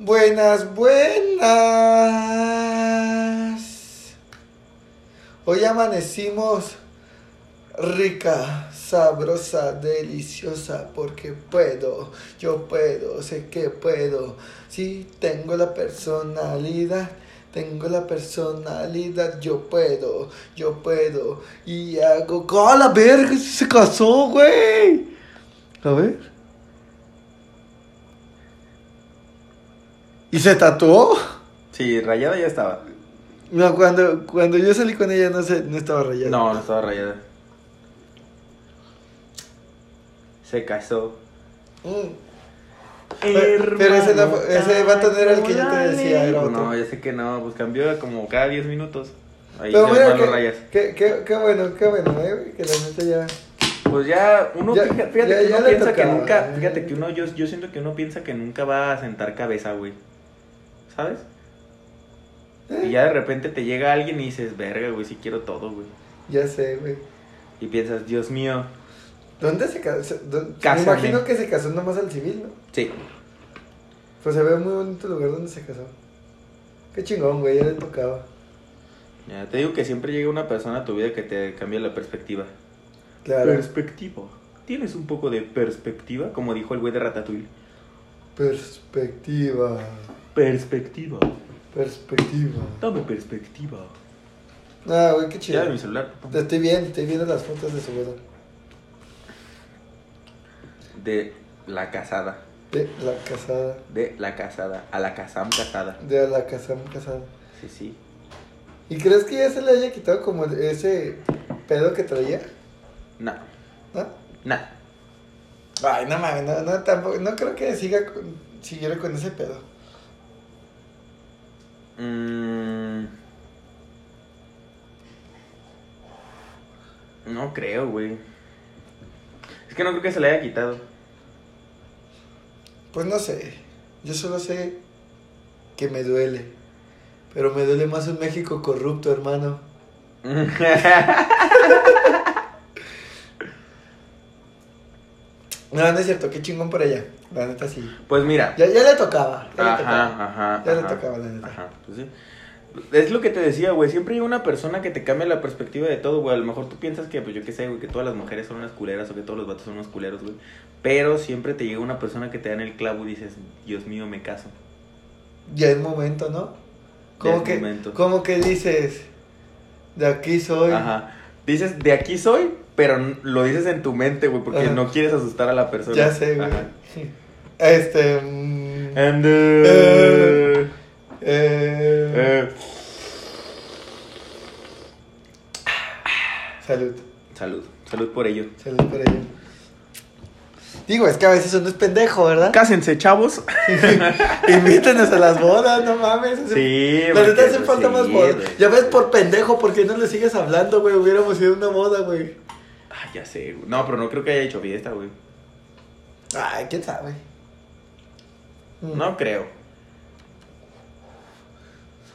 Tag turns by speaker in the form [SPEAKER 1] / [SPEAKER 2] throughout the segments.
[SPEAKER 1] Buenas, buenas. Hoy amanecimos rica, sabrosa, deliciosa, porque puedo, yo puedo, sé que puedo. Sí, tengo la personalidad, tengo la personalidad, yo puedo, yo puedo. Y hago... ¡Ah, la verga! Se casó, güey. A ver. ¿Y se tatuó?
[SPEAKER 2] Sí, rayada ya estaba.
[SPEAKER 1] No, cuando, cuando yo salí con ella no, se, no estaba rayada.
[SPEAKER 2] No, no estaba rayada. Se casó.
[SPEAKER 1] Mm. Pero, pero ese, no fue- ese vato no era el que yo te decía, era otro.
[SPEAKER 2] No, ya sé que no, pues cambió como cada 10 minutos. Ahí
[SPEAKER 1] pero
[SPEAKER 2] se
[SPEAKER 1] mira,
[SPEAKER 2] van
[SPEAKER 1] qué,
[SPEAKER 2] los rayas.
[SPEAKER 1] qué- qué- qué bueno, qué bueno, eh, güey, que la neta ya...
[SPEAKER 2] Pues ya, uno,
[SPEAKER 1] Ya-
[SPEAKER 2] fíjate, fíjate
[SPEAKER 1] ya-
[SPEAKER 2] que
[SPEAKER 1] ya
[SPEAKER 2] uno
[SPEAKER 1] le
[SPEAKER 2] piensa que
[SPEAKER 1] tocaba.
[SPEAKER 2] nunca, fíjate que uno, yo, yo siento que uno piensa que nunca va a sentar cabeza, güey. ¿Sabes?
[SPEAKER 1] ¿Eh?
[SPEAKER 2] Y ya de repente te llega alguien y dices, verga, güey, sí quiero todo, güey.
[SPEAKER 1] Ya sé, güey.
[SPEAKER 2] Y piensas, Dios mío.
[SPEAKER 1] ¿Dónde se casó? ¿Dó- Me
[SPEAKER 2] Cásame.
[SPEAKER 1] imagino que se casó nomás al civil, ¿no?
[SPEAKER 2] Sí.
[SPEAKER 1] Pues se ve muy bonito el lugar donde se casó. Qué chingón, güey, ya le tocaba.
[SPEAKER 2] Mira, te digo que siempre llega una persona a tu vida que te cambia la perspectiva.
[SPEAKER 1] Claro.
[SPEAKER 2] Perspectiva. ¿Tienes un poco de perspectiva? Como dijo el güey de Ratatouille.
[SPEAKER 1] Perspectiva.
[SPEAKER 2] Perspectiva.
[SPEAKER 1] Perspectiva.
[SPEAKER 2] Dame perspectiva.
[SPEAKER 1] Ah, güey, qué chido.
[SPEAKER 2] Ya de mi celular. papá.
[SPEAKER 1] Estoy bien, estoy viendo las fotos de su boda.
[SPEAKER 2] De la casada.
[SPEAKER 1] De la casada.
[SPEAKER 2] De la casada. A la casam casada.
[SPEAKER 1] De la casam casada.
[SPEAKER 2] Sí, sí.
[SPEAKER 1] ¿Y crees que ya se le haya quitado como ese pedo que traía?
[SPEAKER 2] No.
[SPEAKER 1] ¿No?
[SPEAKER 2] No.
[SPEAKER 1] Ay, no mames, no, no, tampoco, no creo que siga con- siguiera con ese pedo.
[SPEAKER 2] Mm. No creo, güey. Es que no creo que se le haya quitado.
[SPEAKER 1] Pues no sé, yo solo sé que me duele. Pero me duele más un México corrupto, hermano. No, no es cierto, qué chingón por ella. La neta sí.
[SPEAKER 2] pues mira.
[SPEAKER 1] Ya, ya le tocaba. Ya le
[SPEAKER 2] Ajá,
[SPEAKER 1] tocaba.
[SPEAKER 2] ajá.
[SPEAKER 1] Ya le
[SPEAKER 2] ajá.
[SPEAKER 1] tocaba, la neta.
[SPEAKER 2] Ajá, pues sí. Es lo que te decía, güey. Siempre hay una persona que te cambia la perspectiva de todo, güey. A lo mejor tú piensas que, pues yo qué sé, güey, que todas las mujeres son unas culeras o que todos los vatos son unos culeros, güey. Pero siempre te llega una persona que te da en el clavo y dices, Dios mío, me caso.
[SPEAKER 1] Ya es momento, ¿no? Como
[SPEAKER 2] es
[SPEAKER 1] que,
[SPEAKER 2] momento.
[SPEAKER 1] como que dices, de aquí soy.
[SPEAKER 2] Ajá. Dices, de aquí soy, pero n- lo dices en tu mente, güey, porque
[SPEAKER 1] Ajá.
[SPEAKER 2] no quieres asustar a la persona.
[SPEAKER 1] Ya sé, güey.
[SPEAKER 2] Ajá.
[SPEAKER 1] Este. mm,
[SPEAKER 2] And, uh,
[SPEAKER 1] Eh. eh,
[SPEAKER 2] eh.
[SPEAKER 1] Salud.
[SPEAKER 2] Salud, salud por ello.
[SPEAKER 1] Salud por ello. Digo, es que a veces uno es pendejo, ¿verdad?
[SPEAKER 2] Cásense, chavos.
[SPEAKER 1] Invítenos a las bodas, no mames. hace-
[SPEAKER 2] Sí,
[SPEAKER 1] La neta
[SPEAKER 2] porque,
[SPEAKER 1] hace
[SPEAKER 2] pues,
[SPEAKER 1] falta
[SPEAKER 2] sí,
[SPEAKER 1] más bodas.
[SPEAKER 2] güey.
[SPEAKER 1] Ya ves, por pendejo, ¿por qué no le sigues hablando, güey? Hubiéramos ido a una boda, güey.
[SPEAKER 2] Ah, ya sé, güey. No, pero no creo que haya hecho fiesta, güey.
[SPEAKER 1] Ay, quién sabe. Mm.
[SPEAKER 2] No creo.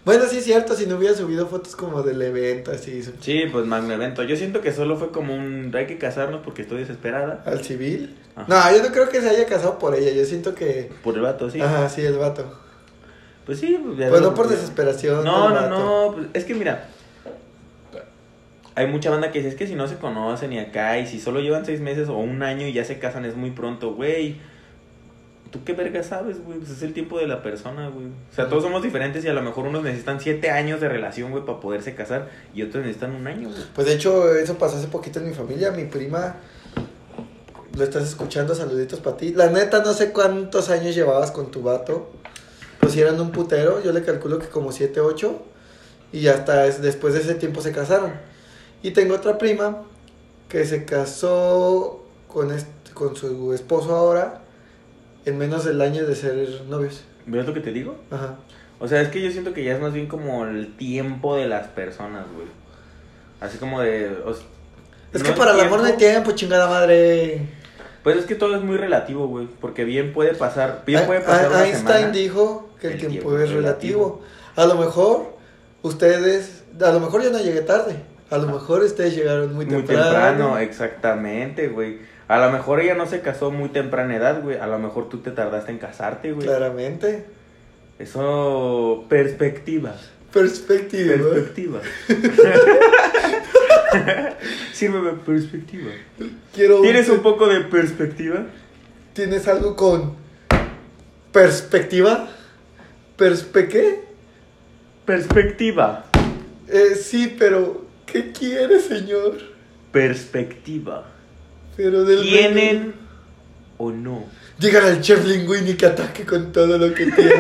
[SPEAKER 1] Bueno, sí es cierto, si no hubiera subido fotos como del evento, así, su-
[SPEAKER 2] Sí, pues magno evento. Yo siento que solo fue como un hay que casarnos porque estoy desesperada.
[SPEAKER 1] al civil.
[SPEAKER 2] Ajá.
[SPEAKER 1] No, yo no creo que se haya casado por ella, yo siento que...
[SPEAKER 2] Por el vato, sí.
[SPEAKER 1] Ajá, sí, el vato.
[SPEAKER 2] Pues sí, pues, ya
[SPEAKER 1] Pues
[SPEAKER 2] lo-
[SPEAKER 1] no por desesperación.
[SPEAKER 2] No,
[SPEAKER 1] del
[SPEAKER 2] no,
[SPEAKER 1] vato.
[SPEAKER 2] no. pues, es que mira. Hay mucha banda que dice, es que si no se conocen y acá, y si solo llevan seis meses o un año y ya se casan, es muy pronto, güey. ¿Tú qué verga sabes, güey? Pues es el tiempo de la persona, güey. O sea, todos somos diferentes y a lo mejor unos necesitan siete años de relación, güey, para poderse casar y otros necesitan un año, güey.
[SPEAKER 1] Pues de hecho, eso pasó hace poquito en mi familia. Mi prima, lo estás escuchando, saluditos para ti. La neta, no sé cuántos años llevabas con tu vato. Pues si eran un putero, yo le calculo que como 7, 8. Y hasta es- después de ese tiempo se casaron. Y tengo otra prima que se casó con, este- con su esposo ahora en menos del año de ser novios.
[SPEAKER 2] ¿Ves lo que te digo?
[SPEAKER 1] Ajá.
[SPEAKER 2] O sea, es que yo siento que ya es más bien como el tiempo de las personas, güey. Así como de. o s-
[SPEAKER 1] Es
[SPEAKER 2] no
[SPEAKER 1] que para el amor no hay
[SPEAKER 2] tiempo.
[SPEAKER 1] tiempo, chingada madre.
[SPEAKER 2] Pues es que todo es muy relativo, güey. Porque bien puede pasar. Bien
[SPEAKER 1] Ein-
[SPEAKER 2] puede pasar.
[SPEAKER 1] Ein-
[SPEAKER 2] una
[SPEAKER 1] Ah, Einstein
[SPEAKER 2] semana.
[SPEAKER 1] dijo que el,
[SPEAKER 2] El
[SPEAKER 1] tiempo,
[SPEAKER 2] tiempo
[SPEAKER 1] es
[SPEAKER 2] es
[SPEAKER 1] relativo. A lo mejor ustedes, a lo mejor yo no llegué tarde. A lo mejor ustedes llegaron muy
[SPEAKER 2] Muy,
[SPEAKER 1] temprano.
[SPEAKER 2] temprano. eh. exactamente, güey. A lo mejor ella no se casó muy temprana edad, güey. A lo mejor tú te tardaste en casarte, güey.
[SPEAKER 1] Claramente.
[SPEAKER 2] Eso. Perspectiva.
[SPEAKER 1] Perspectiva.
[SPEAKER 2] Perspectiva. Sírveme perspectiva.
[SPEAKER 1] Quiero
[SPEAKER 2] ¿Tienes un poco de perspectiva?
[SPEAKER 1] ¿Tienes algo con perspectiva? ¿Perspe qué?
[SPEAKER 2] Perspectiva.
[SPEAKER 1] Eh, sí, pero ¿qué quiere, señor?
[SPEAKER 2] Perspectiva.
[SPEAKER 1] Pero del menú.
[SPEAKER 2] ¿Tienen o no?
[SPEAKER 1] Dígale al chef Linguini que ataque con todo lo que tiene.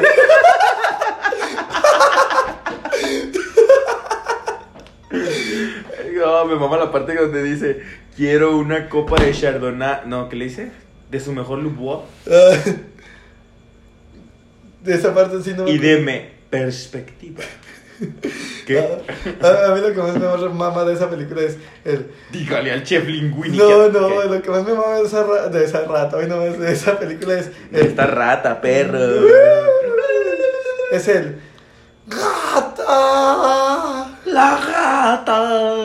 [SPEAKER 2] No, me mama la parte donde dice, quiero una copa de Chardonnay. No, ¿qué le dice? De su mejor Lubois.
[SPEAKER 1] Ah, De esa parte sí no me
[SPEAKER 2] Y
[SPEAKER 1] acuerdo.
[SPEAKER 2] deme perspectiva. ¿Qué?
[SPEAKER 1] Ah, A, a mí lo que más me mama de esa película es el...
[SPEAKER 2] Dígale al chef Linguini.
[SPEAKER 1] No,
[SPEAKER 2] que-
[SPEAKER 1] no,
[SPEAKER 2] que-
[SPEAKER 1] lo que más me mama de esa, ra- de esa rata, hoy no más de esa película es el...
[SPEAKER 2] Esta rata, perro.
[SPEAKER 1] Es el... ¡Gata!
[SPEAKER 2] La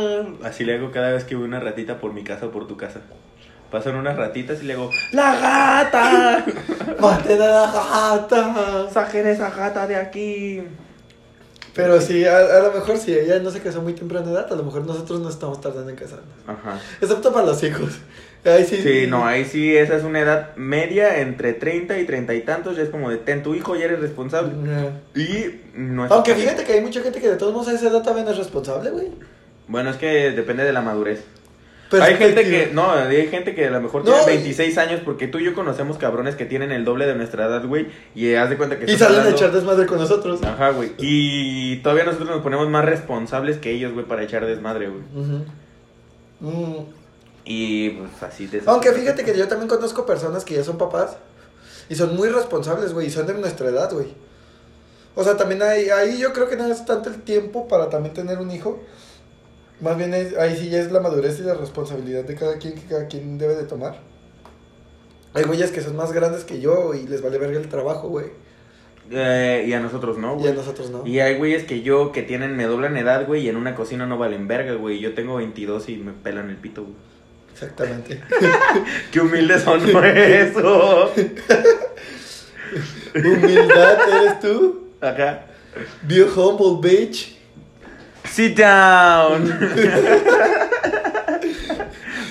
[SPEAKER 2] gata. Así le hago cada vez que veo una ratita por mi casa o por tu casa. Pasan unas ratitas y le hago, ¡La gata!
[SPEAKER 1] ¡Maten a la gata!
[SPEAKER 2] Saquen esa gata de aquí.
[SPEAKER 1] Pero sí, a, a lo mejor si ella no se casó muy temprana edad, a lo mejor nosotros no estamos tardando en casarnos.
[SPEAKER 2] Ajá.
[SPEAKER 1] Excepto para los hijos. Ahí sí.
[SPEAKER 2] Sí, no, ahí sí, esa es una edad media entre 30 y 30 y tantos. Ya es como de ten tu hijo, ya eres responsable.
[SPEAKER 1] No.
[SPEAKER 2] Y no es.
[SPEAKER 1] Aunque fíjate que hay mucha gente que de todos modos a esa edad también es responsable, güey.
[SPEAKER 2] Bueno, es que depende de la madurez. Hay gente que, no, hay gente que a lo mejor
[SPEAKER 1] No,
[SPEAKER 2] tiene
[SPEAKER 1] y-
[SPEAKER 2] 26 años porque tú y yo conocemos cabrones que tienen el doble de nuestra edad, güey. Y haz de cuenta que.
[SPEAKER 1] Y
[SPEAKER 2] estás
[SPEAKER 1] salen a
[SPEAKER 2] hablando-
[SPEAKER 1] echar desmadre con nosotros.
[SPEAKER 2] Ajá, güey. Y todavía nosotros nos ponemos más responsables que ellos, güey, para echar desmadre, güey.
[SPEAKER 1] Ujú. Mm.
[SPEAKER 2] Y pues así de
[SPEAKER 1] Aunque fíjate que yo también conozco personas que ya son papás y son muy responsables, güey, y son de nuestra edad, güey. O sea, también hay, ahí yo creo que no es tanto el tiempo para también tener un hijo. Más bien es- ahí sí ya es la madurez y la responsabilidad de cada quien que cada quien debe de tomar. Hay güeyes que son más grandes que yo y les vale verga el trabajo, güey.
[SPEAKER 2] Eh, y a nosotros no,
[SPEAKER 1] Y a
[SPEAKER 2] güey.
[SPEAKER 1] nosotros no.
[SPEAKER 2] Y hay güeyes que yo, que tienen, me doblan edad, güey, y en una cocina no valen verga, güey. Yo tengo 22 y me pelan el pito, güey.
[SPEAKER 1] Exactamente.
[SPEAKER 2] Qué humildes son eso.
[SPEAKER 1] Humildad eres tú.
[SPEAKER 2] Acá.
[SPEAKER 1] Be a humble bitch.
[SPEAKER 2] Sit down.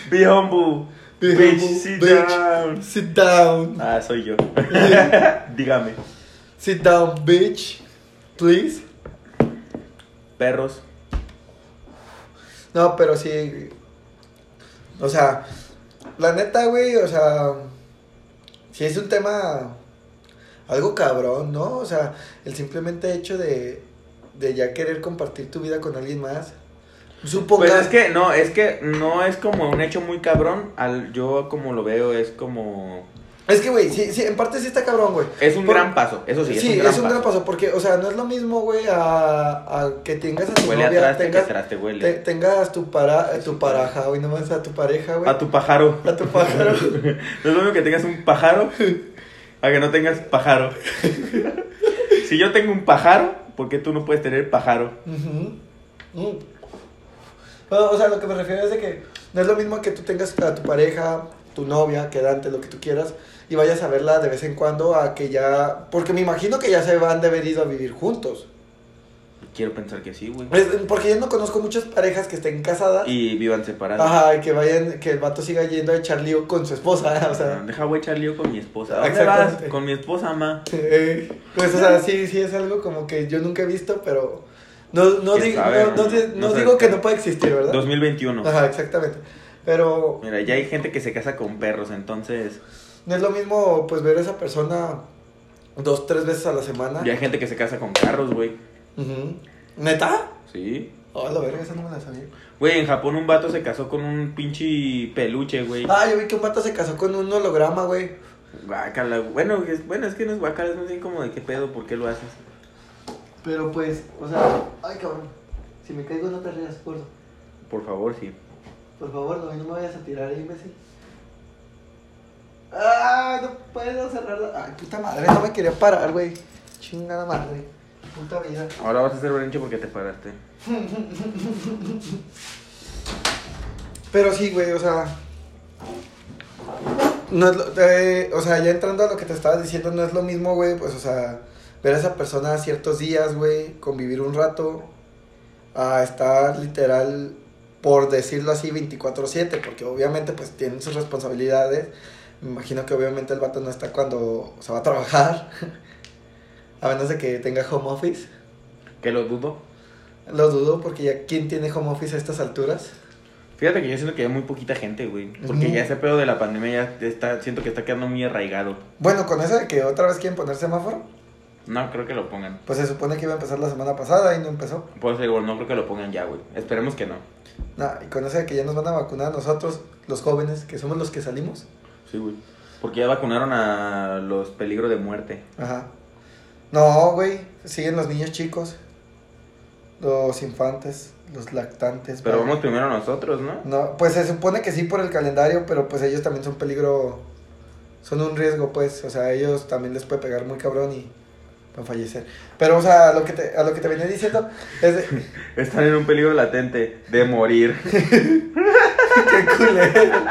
[SPEAKER 2] Be humble.
[SPEAKER 1] Be
[SPEAKER 2] bitch,
[SPEAKER 1] humble,
[SPEAKER 2] sit
[SPEAKER 1] bitch.
[SPEAKER 2] down.
[SPEAKER 1] Sit down.
[SPEAKER 2] Ah, soy yo. Dígame.
[SPEAKER 1] Sit down, bitch. Please.
[SPEAKER 2] Perros.
[SPEAKER 1] No, pero sí. O sea, la neta, güey, o sea, sí es un tema algo cabrón, ¿no? O sea, el simplemente hecho de, de ya querer compartir tu vida con alguien más. Supongo
[SPEAKER 2] Pues es que no, es que no es como un hecho muy cabrón. Al, yo como lo veo es como
[SPEAKER 1] es que, güey, sí, sí, en parte sí está cabrón, güey.
[SPEAKER 2] es un
[SPEAKER 1] Por-
[SPEAKER 2] gran paso. Eso sí,
[SPEAKER 1] Sí,
[SPEAKER 2] es un gran paso.
[SPEAKER 1] paso porque, o sea, no es lo mismo, güey, a, a que tengas a tu
[SPEAKER 2] Huele
[SPEAKER 1] novia,
[SPEAKER 2] atrás,
[SPEAKER 1] tengas,
[SPEAKER 2] que atrás te huele.
[SPEAKER 1] te- tengas tu para, tu paraja, güey, nomás a tu pareja, güey.
[SPEAKER 2] A tu pájaro.
[SPEAKER 1] A tu pájaro.
[SPEAKER 2] no es lo mismo que tengas un pájaro a que no tengas pájaro. si yo tengo un pájaro, ¿por qué tú no puedes tener pájaro?
[SPEAKER 1] Ujú. Mm. Bueno, o sea, lo que me refiero es de que no es lo mismo que tú tengas a tu pareja, tu novia, quedante, lo que tú quieras, y vayas a verla de vez en cuando a que ya... Porque me imagino que ya se van de haber ido a vivir juntos.
[SPEAKER 2] Quiero pensar que sí, güey.
[SPEAKER 1] Es- Porque yo no conozco muchas parejas que estén casadas.
[SPEAKER 2] Y vivan separados.
[SPEAKER 1] Ajá, y que vayan, que el vato siga yendo a echar lío con su esposa, o sea...
[SPEAKER 2] Ah, Deja voy a echar lío con mi esposa. ¿Dónde vas?
[SPEAKER 1] Exactamente.
[SPEAKER 2] Con mi esposa, ma.
[SPEAKER 1] Eh, pues, o sea, sí, sí es algo como que yo nunca he visto, pero... No, no,
[SPEAKER 2] ¿Quién
[SPEAKER 1] di-
[SPEAKER 2] sabe?
[SPEAKER 1] no- no di-
[SPEAKER 2] No
[SPEAKER 1] no
[SPEAKER 2] sé.
[SPEAKER 1] digo que no pueda existir, ¿verdad?
[SPEAKER 2] 2021.
[SPEAKER 1] Ajá, exactamente. Pero
[SPEAKER 2] Mira, ya hay gente que se casa con perros, entonces
[SPEAKER 1] no es lo mismo pues ver a esa persona dos, tres veces a la semana.
[SPEAKER 2] ya hay gente que se casa con carros, güey.
[SPEAKER 1] Ujú. ¿Neta?
[SPEAKER 2] Sí.
[SPEAKER 1] Oh, la verga, esa no me la sabía.
[SPEAKER 2] Güey, en Japón un vato se casó con un pinche peluche, güey.
[SPEAKER 1] Ah, yo vi que un vato se casó con un holograma, güey.
[SPEAKER 2] Guácala. Bueno, es, bueno, es que no es guácala, es más bien como de qué pedo, por qué lo haces.
[SPEAKER 1] Pero pues, o sea, ay cabrón. Si me caigo no te rías, gordo.
[SPEAKER 2] Por favor, sí.
[SPEAKER 1] Por favor, no, no me vayas a tirar, imbécil. Ah, no puedo cerrarla. Ay, puta madre, no me quería parar, güey. Chingada madre. Puta vida.
[SPEAKER 2] Ahora vas a hacer berrinche porque te paraste.
[SPEAKER 1] Pero sí, güey, o sea. No es lo- eh, o sea, ya entrando a lo que te estaba diciendo, no es lo mismo, güey, pues, o sea, ver a esa persona a ciertos días, güey, convivir un rato, a estar literal, por decirlo así, 24/7, porque obviamente pues tienen sus responsabilidades. Me imagino que obviamente el vato no está cuando se va a trabajar, a menos de que tenga home office.
[SPEAKER 2] Que lo dudo.
[SPEAKER 1] Lo dudo porque ya, ¿quién tiene home office a estas alturas?
[SPEAKER 2] Fíjate que yo siento que hay muy poquita gente, güey. Porque
[SPEAKER 1] Ujú.
[SPEAKER 2] ya ese pedo de la pandemia ya está, siento que está quedando muy arraigado.
[SPEAKER 1] Bueno, con eso de que otra vez quieren poner semáforo,
[SPEAKER 2] No creo que lo pongan.
[SPEAKER 1] pues se supone que iba a empezar la semana pasada y no empezó.
[SPEAKER 2] Por eso digo, no creo que lo pongan ya, güey. Esperemos que no.
[SPEAKER 1] Nah, y con eso de que ya nos van a vacunar nosotros, los jóvenes, que somos los que salimos.
[SPEAKER 2] Sí, güey. Porque ya vacunaron a los peligros de muerte.
[SPEAKER 1] Ajá. No, güey, siguen los niños chicos, los infantes, los lactantes.
[SPEAKER 2] Pero
[SPEAKER 1] güey.
[SPEAKER 2] vamos primero nosotros, ¿no?
[SPEAKER 1] No, pues se supone que sí por el calendario, pero pues ellos también son peligro, son un riesgo, pues, o sea, ellos también les puede pegar muy cabrón y van a fallecer. Pero, o sea, a lo que te, a lo que te venía diciendo es de-
[SPEAKER 2] Están en un peligro latente de morir.
[SPEAKER 1] ¡Qué culero!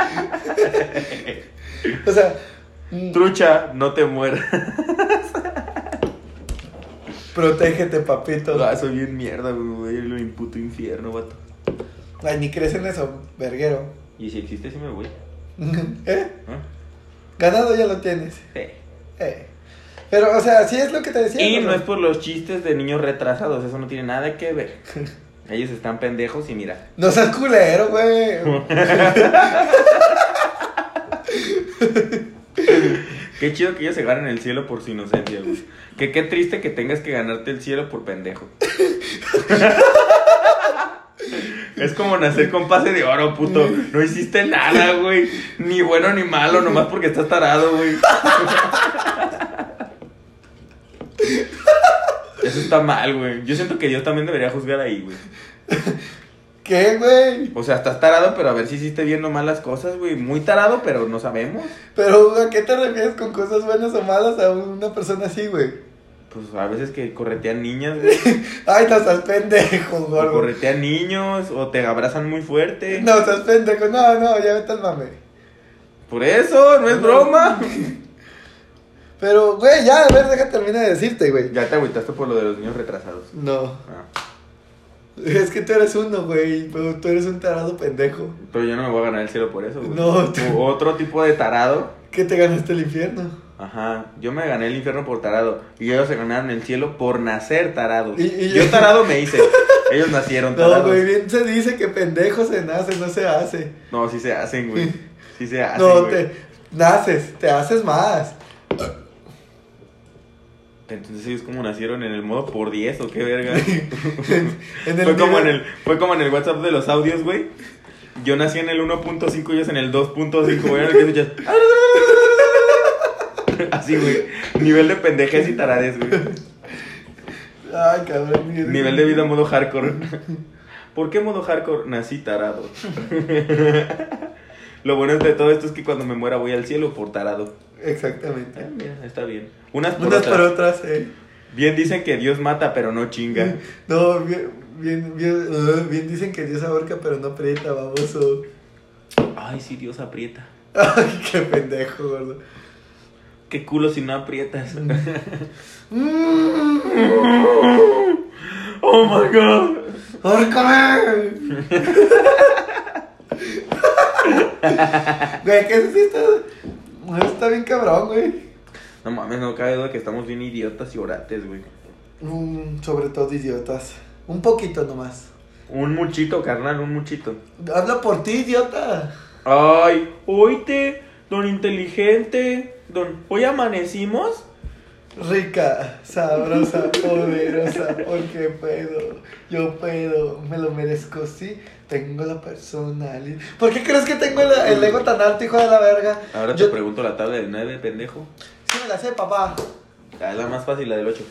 [SPEAKER 1] o sea, mm,
[SPEAKER 2] Trucha, no te mueras.
[SPEAKER 1] protégete, papito.
[SPEAKER 2] Ah, soy bien mierda, güey. Lo imputo infierno, vato.
[SPEAKER 1] Ay, ni crees en eso, verguero.
[SPEAKER 2] Y si existe, sí me voy.
[SPEAKER 1] ¿Eh?
[SPEAKER 2] ¿no?
[SPEAKER 1] Ganado ya lo tienes.
[SPEAKER 2] Sí.
[SPEAKER 1] Eh. Pero, o sea, sí es lo que te decía.
[SPEAKER 2] Y
[SPEAKER 1] ¿no?
[SPEAKER 2] no es por los chistes de niños retrasados, eso no tiene nada que ver. Ellos están pendejos y mira.
[SPEAKER 1] No seas culero, güey.
[SPEAKER 2] Qué chido que ellos se ganen el cielo por su inocencia, güey. Que qué triste que tengas que ganarte el cielo por pendejo. Es como nacer con pase de oro, puto. No hiciste nada, güey. Ni bueno ni malo, nomás porque estás tarado, güey. Eso está mal, güey. Yo siento que Dios también debería juzgar ahí, güey.
[SPEAKER 1] ¿Qué, güey?
[SPEAKER 2] O sea, estás tarado, pero a ver si hiciste bien o mal las cosas, güey. Muy tarado, pero no sabemos.
[SPEAKER 1] Pero, ¿a qué te refieres con cosas buenas o malas a una persona así, güey?
[SPEAKER 2] Pues a veces que corretean niñas, güey.
[SPEAKER 1] Ay, no seas pendejo,
[SPEAKER 2] O
[SPEAKER 1] gordo.
[SPEAKER 2] corretean niños, o te abrazan muy fuerte.
[SPEAKER 1] No seas pendejo. No, no, ya vete al mame.
[SPEAKER 2] Por eso, no es broma.
[SPEAKER 1] Pero, güey, ya, a ver, deja termina de decirte, güey.
[SPEAKER 2] Ya te agüitaste por lo de los niños retrasados.
[SPEAKER 1] No.
[SPEAKER 2] Ah,
[SPEAKER 1] Es que tú eres uno, güey. Pero tú eres un tarado pendejo.
[SPEAKER 2] pero yo no me voy a ganar el cielo por eso, güey.
[SPEAKER 1] No, te-
[SPEAKER 2] O otro tipo de tarado.
[SPEAKER 1] ¿Qué te ganaste el infierno?
[SPEAKER 2] Ajá, yo me gané el infierno por tarado. Y ellos se ganaron el cielo por nacer tarados.
[SPEAKER 1] Y- y-
[SPEAKER 2] yo tarado me hice. Ellos nacieron
[SPEAKER 1] No,
[SPEAKER 2] tarados.
[SPEAKER 1] güey, bien se dice que pendejo se nace, no se hace.
[SPEAKER 2] No, sí se hacen, güey. Ah, Sí se hacen.
[SPEAKER 1] no,
[SPEAKER 2] güey.
[SPEAKER 1] te naces, te haces más.
[SPEAKER 2] Entonces ellos como nacieron en el modo por 10 o qué verga.
[SPEAKER 1] En
[SPEAKER 2] fue, como en
[SPEAKER 1] nivel-
[SPEAKER 2] el, fue como en el WhatsApp de los audios, güey. Yo nací en el 1.5 y ellos en el 2.5, güey. Era el que escuchas. Así, güey. Nivel de pendejez y tarades, güey.
[SPEAKER 1] Ay, cabrón. mira.
[SPEAKER 2] Nivel de vida modo hardcore. ¿Por qué modo hardcore? Nací tarado. Lo bueno de todo esto es que cuando me muera voy al cielo por tarado. Ah,
[SPEAKER 1] Exactamente.
[SPEAKER 2] mira, está bien. Unas por
[SPEAKER 1] Unas
[SPEAKER 2] otras.
[SPEAKER 1] para otras, eh.
[SPEAKER 2] Bien dicen que Dios mata, pero no chinga.
[SPEAKER 1] No, bien, bien, bien, uh, bien dicen que Dios ahorca, pero no aprieta, baboso.
[SPEAKER 2] Ay, sí, Dios aprieta.
[SPEAKER 1] Ay, qué pendejo, gordo.
[SPEAKER 2] Qué culo si no aprietas.
[SPEAKER 1] Mm,
[SPEAKER 2] Oh my god.
[SPEAKER 1] ¡Ahórcame! Güey, que eso sí está. Está bien cabrón, güey.
[SPEAKER 2] No mames, no cabe duda que estamos bien idiotas y orates, güey.
[SPEAKER 1] Mm, sobre todo idiotas. Un poquito nomás.
[SPEAKER 2] Un muchito, carnal, un muchito.
[SPEAKER 1] Habla por ti, idiota.
[SPEAKER 2] Ay, oíte, don inteligente, don. Hoy amanecimos.
[SPEAKER 1] Rica, sabrosa, poderosa, porque puedo, yo puedo, me lo merezco, sí, tengo la personalidad. ¿Por qué crees que tengo el, el ego tan alto, hijo de la verga?
[SPEAKER 2] Ahora
[SPEAKER 1] yo,
[SPEAKER 2] te pregunto la tabla del 9, pendejo.
[SPEAKER 1] Sí me la sé, papá.
[SPEAKER 2] Ah, es la más fácil, la del 8.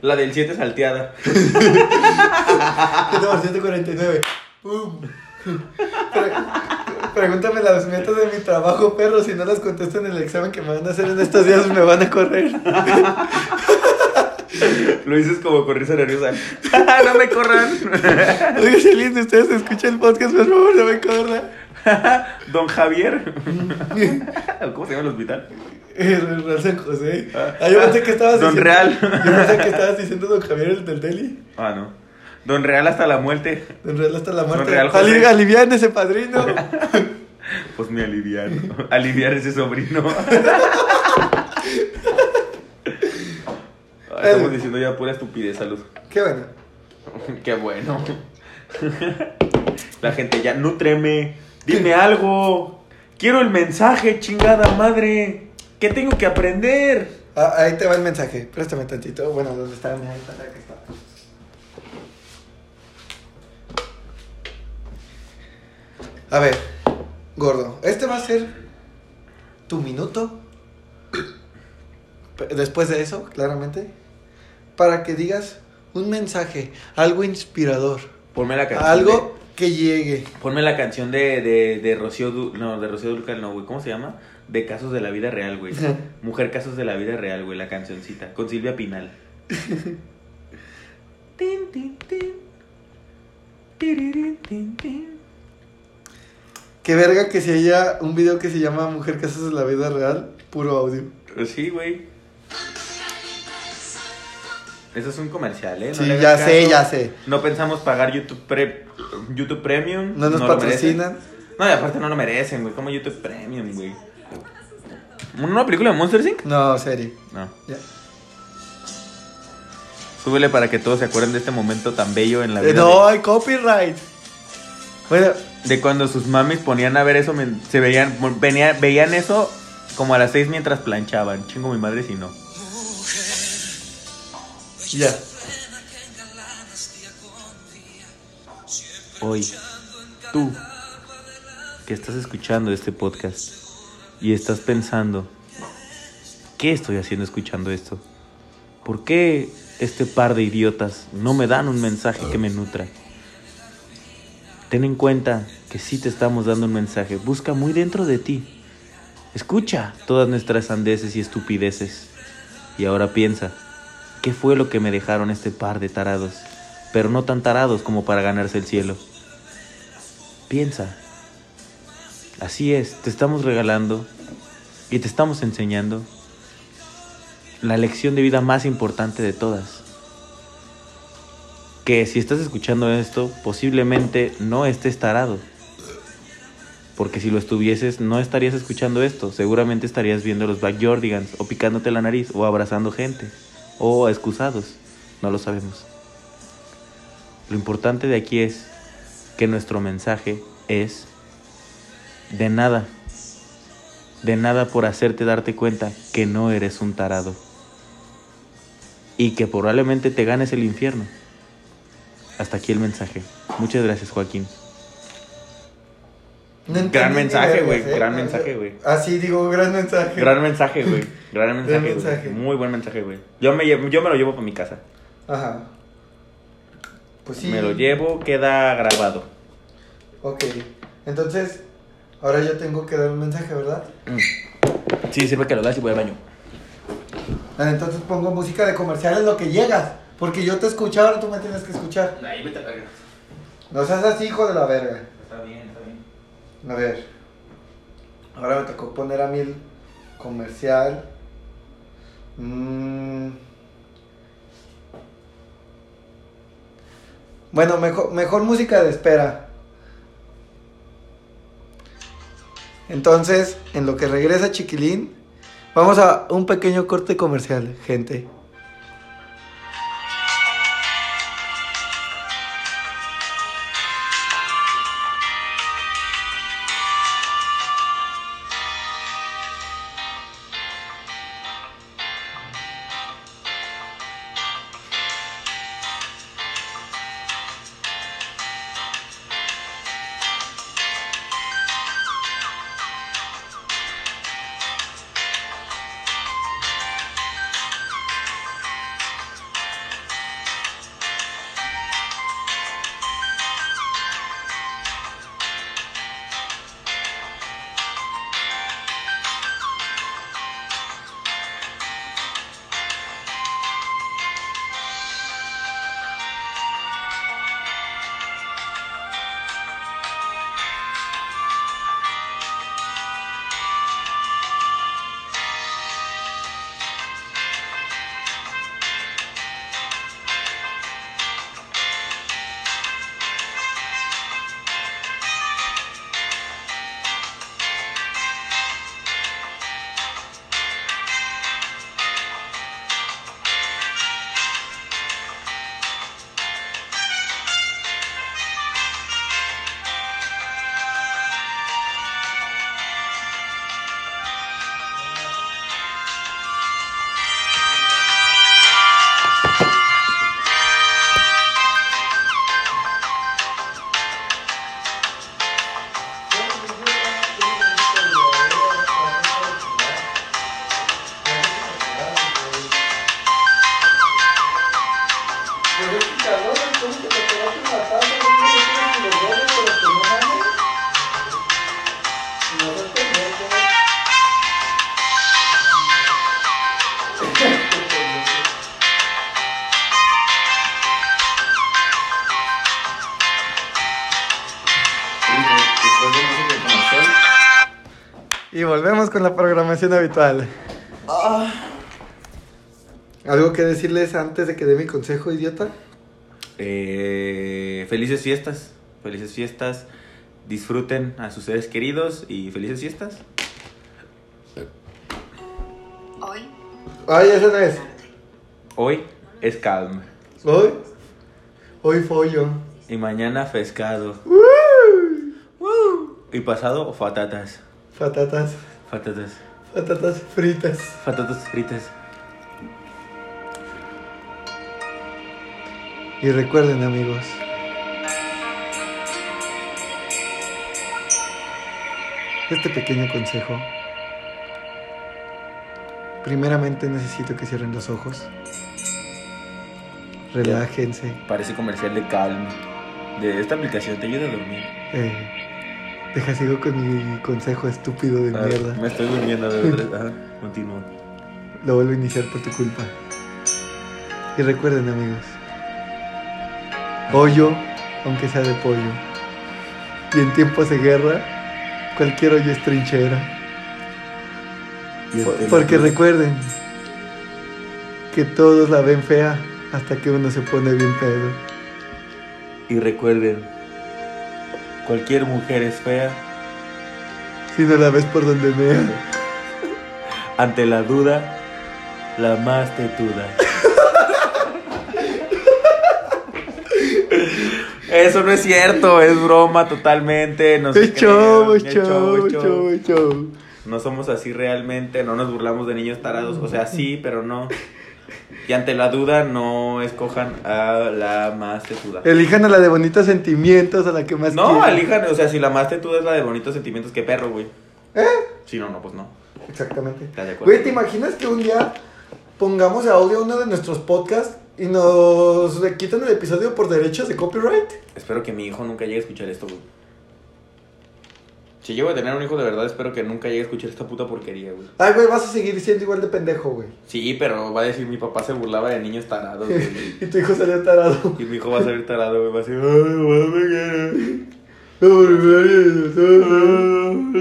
[SPEAKER 2] La del 7 salteada.
[SPEAKER 1] 749. ¡Pum! Pre- pregúntame las metas de mi trabajo, perro, si no las contesto en el examen que me van a hacer en estos días, me van a correr.
[SPEAKER 2] Lo dices como con risa nerviosa. no me corran.
[SPEAKER 1] Oiga, si alguien de ustedes escucha el podcast, por favor, no me corra.
[SPEAKER 2] Don Javier. ¿Cómo se llama el hospital?
[SPEAKER 1] El Eh, Real San José. Ah, yo pensé que estabas
[SPEAKER 2] Don
[SPEAKER 1] diciendo.
[SPEAKER 2] Real.
[SPEAKER 1] Yo pensé que estabas diciendo Don Javier el del Deli.
[SPEAKER 2] Ah, no. Don Real hasta la muerte.
[SPEAKER 1] Don Real hasta la muerte.
[SPEAKER 2] Real José.
[SPEAKER 1] Ali- alivian ese padrino.
[SPEAKER 2] Pues me aliviaron. Aliviar ese sobrino. Ah, Estamos diciendo ya pura estupidez, salud.
[SPEAKER 1] Qué bueno.
[SPEAKER 2] Qué bueno. La gente ya, nútreme. Dime algo. Quiero el mensaje, chingada madre. ¿Qué tengo que aprender?
[SPEAKER 1] Ah, ahí te va el mensaje. Préstame tantito. Bueno, ¿dónde está? Mira, ahí está, acá está. A ver, gordo. Este va a ser tu minuto. P- Después de eso, claramente. Para que digas un mensaje, algo inspirador.
[SPEAKER 2] Ponme la canción.
[SPEAKER 1] Algo que llegue.
[SPEAKER 2] de- ponme la canción de, de, de Rocío Du- No, de Rocío Dúrcal, no, güey. ¿Cómo se llama? De Casos de la Vida Real, güey. Mujer Casos de la Vida Real, güey. La cancioncita. Con Silvia Pinal. Tin, tin, tin. Tirirín, tin, tin.
[SPEAKER 1] Que verga que se haya un video que se llama Mujer que haces en la vida real, puro audio.
[SPEAKER 2] Sí, güey. Eso es un comercial, ¿eh? No
[SPEAKER 1] Sí,
[SPEAKER 2] le
[SPEAKER 1] ya
[SPEAKER 2] hagan
[SPEAKER 1] sé,
[SPEAKER 2] caso.
[SPEAKER 1] ya sé.
[SPEAKER 2] No pensamos pagar YouTube, Pre- YouTube Premium.
[SPEAKER 1] No nos
[SPEAKER 2] lo merecen.
[SPEAKER 1] patrocinan.
[SPEAKER 2] No, y aparte no lo merecen, güey. Como YouTube Premium, güey. ¿Una película de Monster Inc?
[SPEAKER 1] No, serie.
[SPEAKER 2] No.
[SPEAKER 1] Ya.
[SPEAKER 2] Súbele para que todos se acuerden de este momento tan bello en la vida.
[SPEAKER 1] Eh, no hay copyright. Bueno,
[SPEAKER 2] De, de cuando sus mamis ponían a ver eso, men- se veían, venía- veían eso como a las seis mientras planchaban. Chingo mi madre si no.
[SPEAKER 1] ya.
[SPEAKER 2] Hoy, tú que estás escuchando este podcast y estás pensando, ¿qué estoy haciendo escuchando esto? ¿Por qué este par de idiotas no me dan un mensaje que me nutra? Ten en cuenta que sí te estamos dando un mensaje. Busca muy dentro de ti. Escucha todas nuestras sandeces y estupideces. Y ahora piensa, ¿Qué fue lo que me dejaron este par de tarados? Pero no tan tarados como para ganarse el cielo. Piensa. Así es, te estamos regalando y te estamos enseñando la lección de vida más importante de todas. Que si estás escuchando esto, posiblemente no estés tarado. Porque si lo estuvieses, no estarías escuchando esto. Seguramente estarías viendo los Black Jordigans, o picándote la nariz, o abrazando gente, o excusados. No lo sabemos. Lo importante de aquí es que nuestro mensaje es de nada. De nada por hacerte darte cuenta que no eres un tarado. Y que probablemente te ganes el infierno. Hasta aquí el mensaje. Muchas gracias, Joaquín.
[SPEAKER 1] No entendí
[SPEAKER 2] Gran
[SPEAKER 1] ni
[SPEAKER 2] mensaje,
[SPEAKER 1] vergas,
[SPEAKER 2] güey,
[SPEAKER 1] eh.
[SPEAKER 2] gran
[SPEAKER 1] No,
[SPEAKER 2] mensaje,
[SPEAKER 1] yo-
[SPEAKER 2] güey.
[SPEAKER 1] Ah, sí, digo, gran mensaje.
[SPEAKER 2] Gran mensaje, güey. Gran mensaje, güey.
[SPEAKER 1] mensaje.
[SPEAKER 2] Muy buen mensaje, güey. Yo me, llevo- yo me lo llevo para mi casa.
[SPEAKER 1] Ajá. Pues sí.
[SPEAKER 2] Me lo llevo, queda grabado.
[SPEAKER 1] Ok. Entonces, ahora yo tengo que dar un mensaje, ¿verdad?
[SPEAKER 2] Sí, sirve que lo das y voy al baño.
[SPEAKER 1] Ah, Entonces pongo música de comerciales lo que llegas. Porque yo te escucho, ahora tú me tienes que escuchar.
[SPEAKER 2] Ahí vete a verga.
[SPEAKER 1] No seas así, hijo de la verga.
[SPEAKER 2] Está bien, está bien.
[SPEAKER 1] A ver. Ahora me tocó poner a mí el comercial. Mm. Bueno, mejor, mejor música de espera. Entonces, en lo que regresa Chiquilín, vamos a un pequeño corte comercial, gente. Y volvemos con la programación habitual. ¿Algo que decirles antes de que dé mi consejo, idiota?
[SPEAKER 2] Eh, felices fiestas. Felices fiestas. Disfruten a sus seres queridos y felices fiestas.
[SPEAKER 3] Hoy,
[SPEAKER 1] Ay, esa no es.
[SPEAKER 2] Hoy es calm.
[SPEAKER 1] Hoy. Hoy follo.
[SPEAKER 2] Y mañana pescado. Y pasado fatatas.
[SPEAKER 1] Patatas.
[SPEAKER 2] Fatatas.
[SPEAKER 1] Patatas fritas.
[SPEAKER 2] Fatatas fritas.
[SPEAKER 1] Y recuerden, amigos. Este pequeño consejo. Primeramente necesito que cierren los ojos. Relájense.
[SPEAKER 2] Parece comercial de calm. De esta aplicación te ayuda a dormir.
[SPEAKER 1] Eh, deja sigo con mi consejo estúpido de
[SPEAKER 2] Ah,
[SPEAKER 1] mierda.
[SPEAKER 2] Me estoy durmiendo de verdad. Ajá, Continúo.
[SPEAKER 1] Lo vuelvo a iniciar por tu culpa. Y recuerden, amigos. Hoyo, aunque sea de pollo. Y en tiempos de guerra, cualquier hoyo es trinchera. Po- Porque recuerden que todos la ven fea hasta que uno se pone bien pedo.
[SPEAKER 2] Y recuerden, cualquier mujer es fea.
[SPEAKER 1] Si no la ves por donde mea.
[SPEAKER 2] Ante la duda, la más tetuda. Eso no es cierto, es broma totalmente. No se
[SPEAKER 1] Es show, es
[SPEAKER 2] crean, es
[SPEAKER 1] show,
[SPEAKER 2] show,
[SPEAKER 1] es show, es
[SPEAKER 2] es
[SPEAKER 1] show.
[SPEAKER 2] No somos así realmente, no nos burlamos de niños tarados, o sea, sí, pero no. Y ante la duda, no escojan a la más tetuda.
[SPEAKER 1] Elijan a la de bonitos sentimientos, a la que más
[SPEAKER 2] No,
[SPEAKER 1] quieran.
[SPEAKER 2] elijan, o sea, si la más tetuda es la de bonitos sentimientos, qué perro, güey. ¿Eh? Sí, no, no, pues no.
[SPEAKER 1] Exactamente.
[SPEAKER 2] ¿Estás de acuerdo?
[SPEAKER 1] Güey, ¿te imaginas que un día pongamos a audio uno de nuestros podcasts y nos le quitan el episodio por derechos de copyright?
[SPEAKER 2] Espero que mi hijo nunca llegue a escuchar esto, güey. Si llego a tener un hijo de verdad, espero que nunca llegue a escuchar esta puta porquería, güey.
[SPEAKER 1] Ay, güey, vas a seguir siendo igual de pendejo, güey.
[SPEAKER 2] Sí, pero va a decir, mi papá se burlaba de niños tarados, güey.
[SPEAKER 1] Y tu hijo salió tarado.
[SPEAKER 2] Y mi hijo va a salir tarado, güey, va a decir, ay, mami, que... Ah,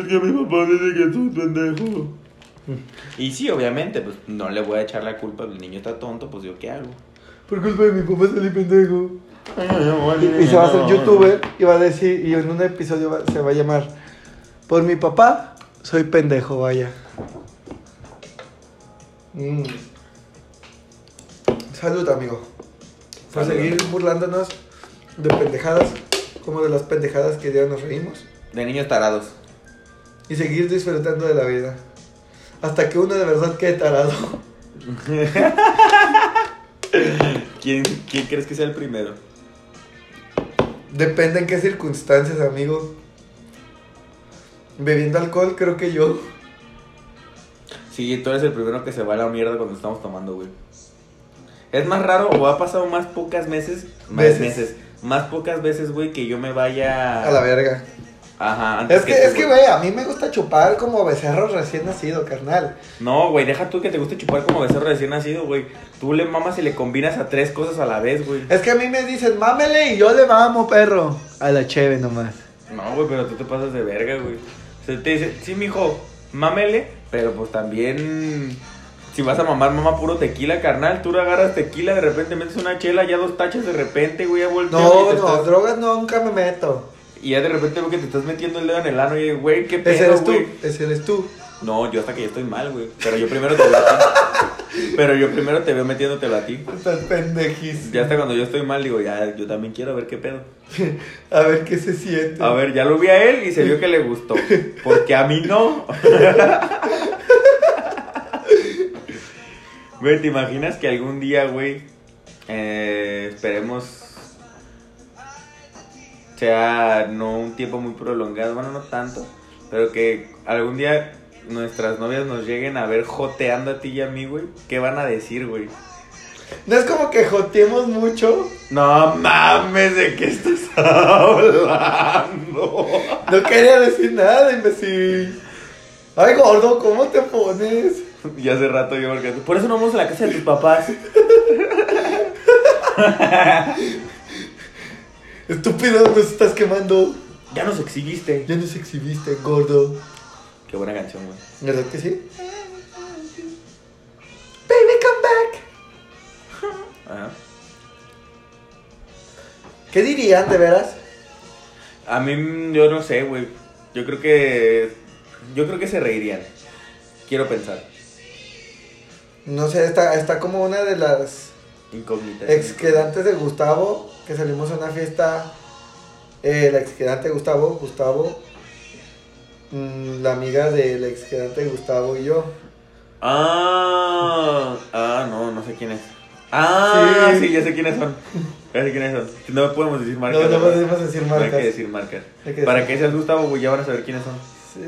[SPEAKER 2] Es que mi papá dice que es un pendejo. Y sí, obviamente, pues no le voy a echar la culpa, el niño está tonto, pues yo qué hago.
[SPEAKER 1] Por culpa de mi papá salí pendejo. Y se va a hacer youtuber y va a decir, y en un episodio va- se va a llamar, por mi papá soy pendejo, vaya. Mm. Salud, amigo. Por
[SPEAKER 2] Salud.
[SPEAKER 1] seguir burlándonos de pendejadas, como de las pendejadas que ya nos reímos,
[SPEAKER 2] De niños tarados.
[SPEAKER 1] y seguir disfrutando de la vida. Hasta que uno de verdad quede tarado.
[SPEAKER 2] ¿Quién, ¿Quién crees que sea el primero?
[SPEAKER 1] Depende en qué circunstancias, amigo. Bebiendo alcohol, creo que yo.
[SPEAKER 2] Sí, tú eres el primero que se va a la mierda cuando estamos tomando, güey. Es más raro o ha pasado más pocas veces, más
[SPEAKER 1] Veces.
[SPEAKER 2] veces, más pocas veces, güey, que yo me vaya
[SPEAKER 1] A la verga.
[SPEAKER 2] Ajá, antes
[SPEAKER 1] Es que,
[SPEAKER 2] tú,
[SPEAKER 1] es que, güey, a mí me gusta chupar como becerro recién nacido, carnal.
[SPEAKER 2] No, güey, deja tú que te guste chupar como becerro recién nacido, güey. Tú le mamas y le combinas a tres cosas a la vez, güey.
[SPEAKER 1] Es que a mí me dicen, mámele y yo le mamo, perro. A la cheve nomás.
[SPEAKER 2] No, güey, pero tú te pasas de verga, güey. O sea, te dice, sí, mijo, mámele, pero pues también. Si vas a mamar, mamá puro tequila, carnal. Tú le agarras tequila, de repente metes una chela, ya dos tachas, de repente, güey, ya volteas y
[SPEAKER 1] No,
[SPEAKER 2] te
[SPEAKER 1] no,
[SPEAKER 2] estás-
[SPEAKER 1] drogas nunca me meto.
[SPEAKER 2] Y ya de repente veo que te estás metiendo el dedo en el ano y, güey, qué
[SPEAKER 1] Ese
[SPEAKER 2] pedo,
[SPEAKER 1] eres tú,
[SPEAKER 2] güey.
[SPEAKER 1] ese eres tú.
[SPEAKER 2] No, yo hasta que ya estoy mal, güey. Pero yo primero te veo a ti. Pero yo primero te veo metiéndotelo a ti.
[SPEAKER 1] Estás pendejis.
[SPEAKER 2] Ya hasta cuando yo estoy mal, digo, ya, yo también quiero ver qué pedo.
[SPEAKER 1] A ver qué se siente.
[SPEAKER 2] A ver, ya lo vi a él y se vio que le gustó. Porque a mí no. Güey, ¿te imaginas que algún día, güey, eh, esperemos sea no un tiempo muy prolongado, bueno, no tanto, pero que algún día nuestras novias nos lleguen a ver joteando a ti y a mí, güey? ¿Qué van a decir, güey?
[SPEAKER 1] No es como que joteemos mucho.
[SPEAKER 2] No mames, ¿de qué estás hablando?
[SPEAKER 1] No quería decir nada, imbécil. Ay, gordo, ¿cómo te pones?
[SPEAKER 2] Y hace rato yo porque por eso no vamos a la casa de tus papás.
[SPEAKER 1] Estúpido, nos estás quemando.
[SPEAKER 2] Ya nos exhibiste.
[SPEAKER 1] Ya nos exhibiste, gordo.
[SPEAKER 2] Qué buena canción, güey.
[SPEAKER 1] ¿Verdad que sí? Baby, come back.
[SPEAKER 2] Ajá.
[SPEAKER 1] ¿Qué dirían de veras?
[SPEAKER 2] A mí, mm, yo no sé, güey. Yo creo que. Yo creo que se reirían. Quiero pensar.
[SPEAKER 1] No sé, está, está como una de las
[SPEAKER 2] Incógnita.
[SPEAKER 1] ex quedantes de Gustavo, que salimos a una fiesta. eh, la ex quedante de Gustavo, Gustavo, mm, la amiga del ex quedante de Gustavo y yo.
[SPEAKER 2] Ah, ah, no, no sé quién es. Ah,
[SPEAKER 1] Sí.
[SPEAKER 2] sí, ya sé quiénes son. Ya sé quiénes son. No podemos decir marcas.
[SPEAKER 1] No, no
[SPEAKER 2] ¿verdad?
[SPEAKER 1] podemos decir
[SPEAKER 2] No hay que
[SPEAKER 1] marcas.
[SPEAKER 2] decir marcas.
[SPEAKER 1] Hay que
[SPEAKER 2] Para
[SPEAKER 1] decir-
[SPEAKER 2] que seas Gustavo, güey, ya van a saber quiénes son.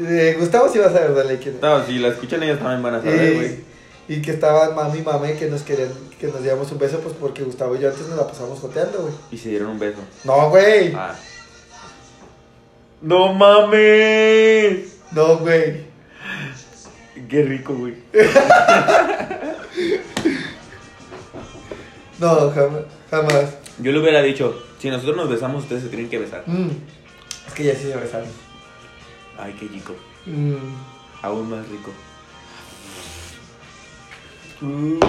[SPEAKER 1] Eh, Gustavo sí va a saber, dale, quién es.
[SPEAKER 2] No, si la escuchan ellos también van a saber, güey.
[SPEAKER 1] Y, y que estaban mami y mamá y que nos querían que nos diéramos un beso, pues porque Gustavo y yo antes nos la pasamos joteando, güey.
[SPEAKER 2] Y se dieron un beso.
[SPEAKER 1] No, güey.
[SPEAKER 2] Ah. ¡No mames!
[SPEAKER 1] No, güey.
[SPEAKER 2] Qué rico, güey.
[SPEAKER 1] No, jamás. jamás.
[SPEAKER 2] Yo le hubiera dicho, si nosotros nos besamos, ustedes se tienen que besar.
[SPEAKER 1] Mm. Es que ya sí se besaron.
[SPEAKER 2] Ay, qué rico.
[SPEAKER 1] Mm.
[SPEAKER 2] Aún más rico. Mm.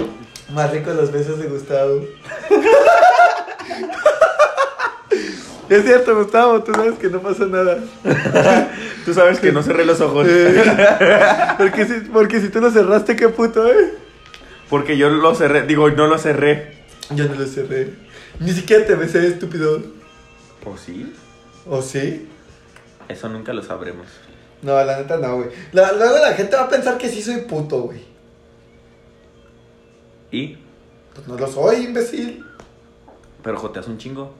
[SPEAKER 1] Más rico los besos de Gustavo. es cierto, Gustavo, tú sabes que no pasa nada.
[SPEAKER 2] Tú sabes que no cerré los ojos.
[SPEAKER 1] porque, si, porque si tú lo cerraste, qué puto, eh.
[SPEAKER 2] Porque yo lo cerré. Digo, no lo cerré.
[SPEAKER 1] Yo no lo cerré. Ni siquiera te besé, estúpido.
[SPEAKER 2] ¿O sí?
[SPEAKER 1] ¿O sí?
[SPEAKER 2] Eso nunca lo sabremos.
[SPEAKER 1] No, la neta no, güey. La- luego la gente va a pensar que sí soy puto, güey.
[SPEAKER 2] ¿Y?
[SPEAKER 1] Pues no lo soy, imbécil.
[SPEAKER 2] Pero joteas un chingo.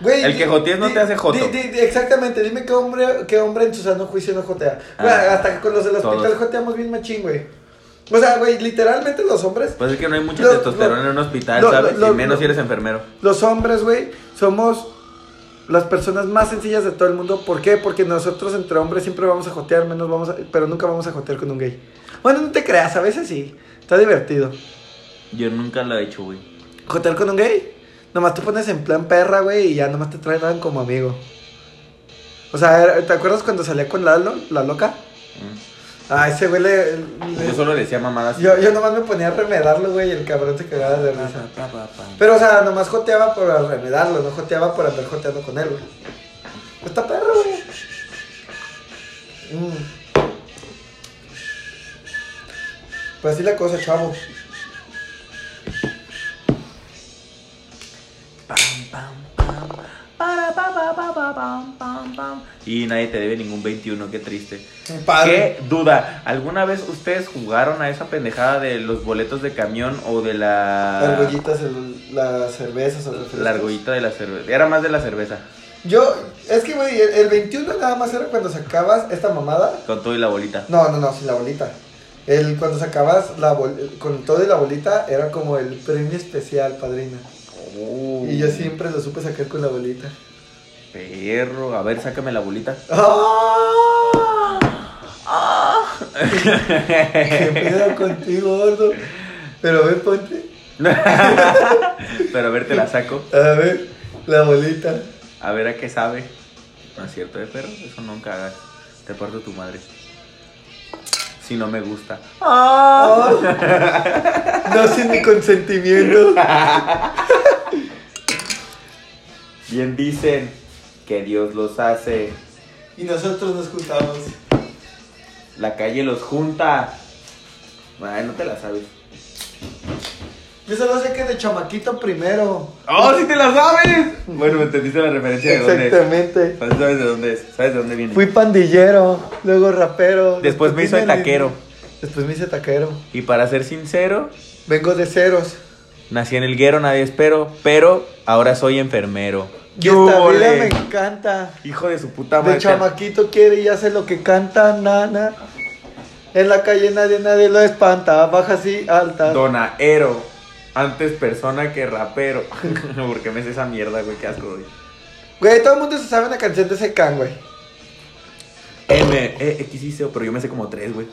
[SPEAKER 1] Güey,
[SPEAKER 2] El que jotees no
[SPEAKER 1] di-
[SPEAKER 2] te hace joto.
[SPEAKER 1] di- di- exactamente, dime qué hombre, qué hombre en su sano juicio no jotea. Güey,
[SPEAKER 2] Ah,
[SPEAKER 1] hasta que con los del hospital
[SPEAKER 2] todos.
[SPEAKER 1] joteamos bien machín, güey. O sea, güey, literalmente los hombres,
[SPEAKER 2] Pues es que no hay mucha
[SPEAKER 1] Lo-
[SPEAKER 2] testosterona
[SPEAKER 1] lo-
[SPEAKER 2] en un hospital,
[SPEAKER 1] lo-
[SPEAKER 2] ¿sabes?
[SPEAKER 1] lo- lo-
[SPEAKER 2] y menos
[SPEAKER 1] lo-
[SPEAKER 2] si eres enfermero.
[SPEAKER 1] los hombres, güey, somos las personas más sencillas de todo el mundo. ¿Por qué? Porque nosotros entre hombres siempre vamos a jotear, menos vamos a- pero nunca vamos a jotear con un gay. Bueno, no te creas, a veces sí. Está divertido.
[SPEAKER 2] Yo nunca lo he hecho, güey.
[SPEAKER 1] ¿Jotear con un gay? Nomás te pones en plan perra, güey, y ya nomás te tratan como amigo. O sea, era- ¿te acuerdas cuando salía con Lalo, la loca?
[SPEAKER 2] Mm.
[SPEAKER 1] Ah, ese güey le... le-
[SPEAKER 2] Yo solo le decía mamadas.
[SPEAKER 1] yo, yo nomás me ponía a remedarlo, güey, y el cabrón se cagaba de
[SPEAKER 2] Pa,
[SPEAKER 1] risa.
[SPEAKER 2] pa, pa, pa.
[SPEAKER 1] Pero, o sea, nomás joteaba por remedarlo, no joteaba por andar joteando con él, güey. Pues está perro, güey. Mm. Pues así la cosa, chavo.
[SPEAKER 2] Pam, pam, pam. Para, pa, pa, pa, pa, pam, pam, pam. Y nadie te debe ningún 21, qué triste.
[SPEAKER 1] Padre.
[SPEAKER 2] Qué duda, ¿alguna vez ustedes jugaron a esa pendejada de los boletos de camión o de la...
[SPEAKER 1] Argollitas, el- las cervezas o refrescos.
[SPEAKER 2] La argollita de la cerveza. Era más de la cerveza,
[SPEAKER 1] Yo, es que, güey, el, el 21 nada más era cuando sacabas esta mamada.
[SPEAKER 2] con todo y la bolita.
[SPEAKER 1] No, no, no, sin la bolita. El, cuando sacabas la bol- con todo y la bolita era como el premio especial, padrina.
[SPEAKER 2] Oh,
[SPEAKER 1] Y yo siempre lo supe sacar con la bolita.
[SPEAKER 2] Perro, a ver, sácame la bolita.
[SPEAKER 1] ¡Ah! ¡Qué pedo contigo, gordo! Pero a ver, ponte.
[SPEAKER 2] Pero a ver, te la saco.
[SPEAKER 1] A ver, la bolita.
[SPEAKER 2] A ver a qué sabe. No es cierto, de perro, eso nunca hagas. Te parto tu madre. Si no me gusta.
[SPEAKER 1] Ah. No sin mi consentimiento.
[SPEAKER 2] Bien dicen que Dios los hace.
[SPEAKER 1] Y nosotros nos juntamos.
[SPEAKER 2] La calle los junta. Ay, no te la sabes.
[SPEAKER 1] Yo solo sé que de chamaquito primero.
[SPEAKER 2] ¡Oh, sí te la sabes! Bueno, me entendiste la referencia de dónde es.
[SPEAKER 1] Exactamente.
[SPEAKER 2] Pues, ¿Sabes de dónde es? ¿Sabes de dónde viene?
[SPEAKER 1] Fui pandillero, luego rapero.
[SPEAKER 2] Después me hizo
[SPEAKER 1] vine al-
[SPEAKER 2] taquero.
[SPEAKER 1] Después me hice taquero.
[SPEAKER 2] Y para ser sincero,
[SPEAKER 1] Vengo de ceros.
[SPEAKER 2] nací en el guero, nadie espero, pero ahora soy enfermero.
[SPEAKER 1] Y esta vida
[SPEAKER 2] ¡Yole!
[SPEAKER 1] me encanta.
[SPEAKER 2] Hijo de su puta
[SPEAKER 1] De
[SPEAKER 2] madre.
[SPEAKER 1] chamaquito quiere y hace lo que canta, nana. En la calle nadie, nadie lo espanta. Baja así, alta.
[SPEAKER 2] Donaero. Antes persona que rapero. Porque me hace esa mierda, güey, qué asco, güey.
[SPEAKER 1] Güey, todo el mundo se sabe una canción de ese can, güey.
[SPEAKER 2] M, E, X, I, C, O, pero yo me sé como tres, güey.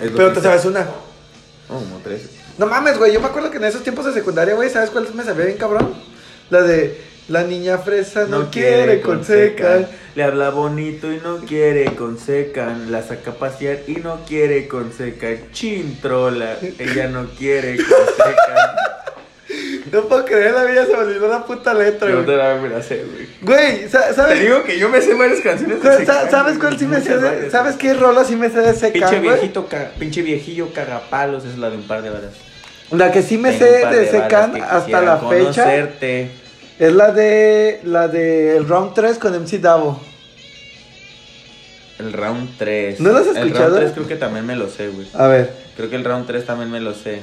[SPEAKER 2] Es lo
[SPEAKER 1] Pero te
[SPEAKER 2] triste.
[SPEAKER 1] sabes una.
[SPEAKER 2] Oh, como tres.
[SPEAKER 1] No mames, güey. Yo me acuerdo que en esos tiempos de secundaria, güey, ¿sabes cuál me sabía bien, cabrón? La de. La niña fresa no, quiere con secan.
[SPEAKER 2] Le habla bonito y no quiere con secan. La saca a pasear y no quiere con secan. Chintrola. Ella no quiere con secan.
[SPEAKER 1] No puedo creer, la vida se me olvidó la puta letra,
[SPEAKER 2] Yo
[SPEAKER 1] güey.
[SPEAKER 2] te la voy a hacer, güey.
[SPEAKER 1] Güey, sa-
[SPEAKER 2] Te
[SPEAKER 1] ¿sabes?
[SPEAKER 2] digo que yo me sé varias canciones. de
[SPEAKER 1] cuál-
[SPEAKER 2] Secán,
[SPEAKER 1] sa- ¿Sabes cuál sí me
[SPEAKER 2] muchas
[SPEAKER 1] sé? de-
[SPEAKER 2] varias.
[SPEAKER 1] ¿Sabes qué rola sí me sé de
[SPEAKER 2] Pinche
[SPEAKER 1] secan, güey?
[SPEAKER 2] viejito, ca- pinche viejillo cagapalos es la de un par de varas.
[SPEAKER 1] La que sí me
[SPEAKER 2] Tengo un
[SPEAKER 1] sé
[SPEAKER 2] par
[SPEAKER 1] de
[SPEAKER 2] varas
[SPEAKER 1] secan
[SPEAKER 2] que
[SPEAKER 1] hasta
[SPEAKER 2] quisieran
[SPEAKER 1] la fecha
[SPEAKER 2] Conocerte.
[SPEAKER 1] es la de la de el round 3 con MC Davo.
[SPEAKER 2] El round 3.
[SPEAKER 1] ¿No lo has
[SPEAKER 2] El
[SPEAKER 1] escuchado?
[SPEAKER 2] round 3 creo que también me lo sé, güey.
[SPEAKER 1] A ver,
[SPEAKER 2] Creo que el round 3 también me lo sé.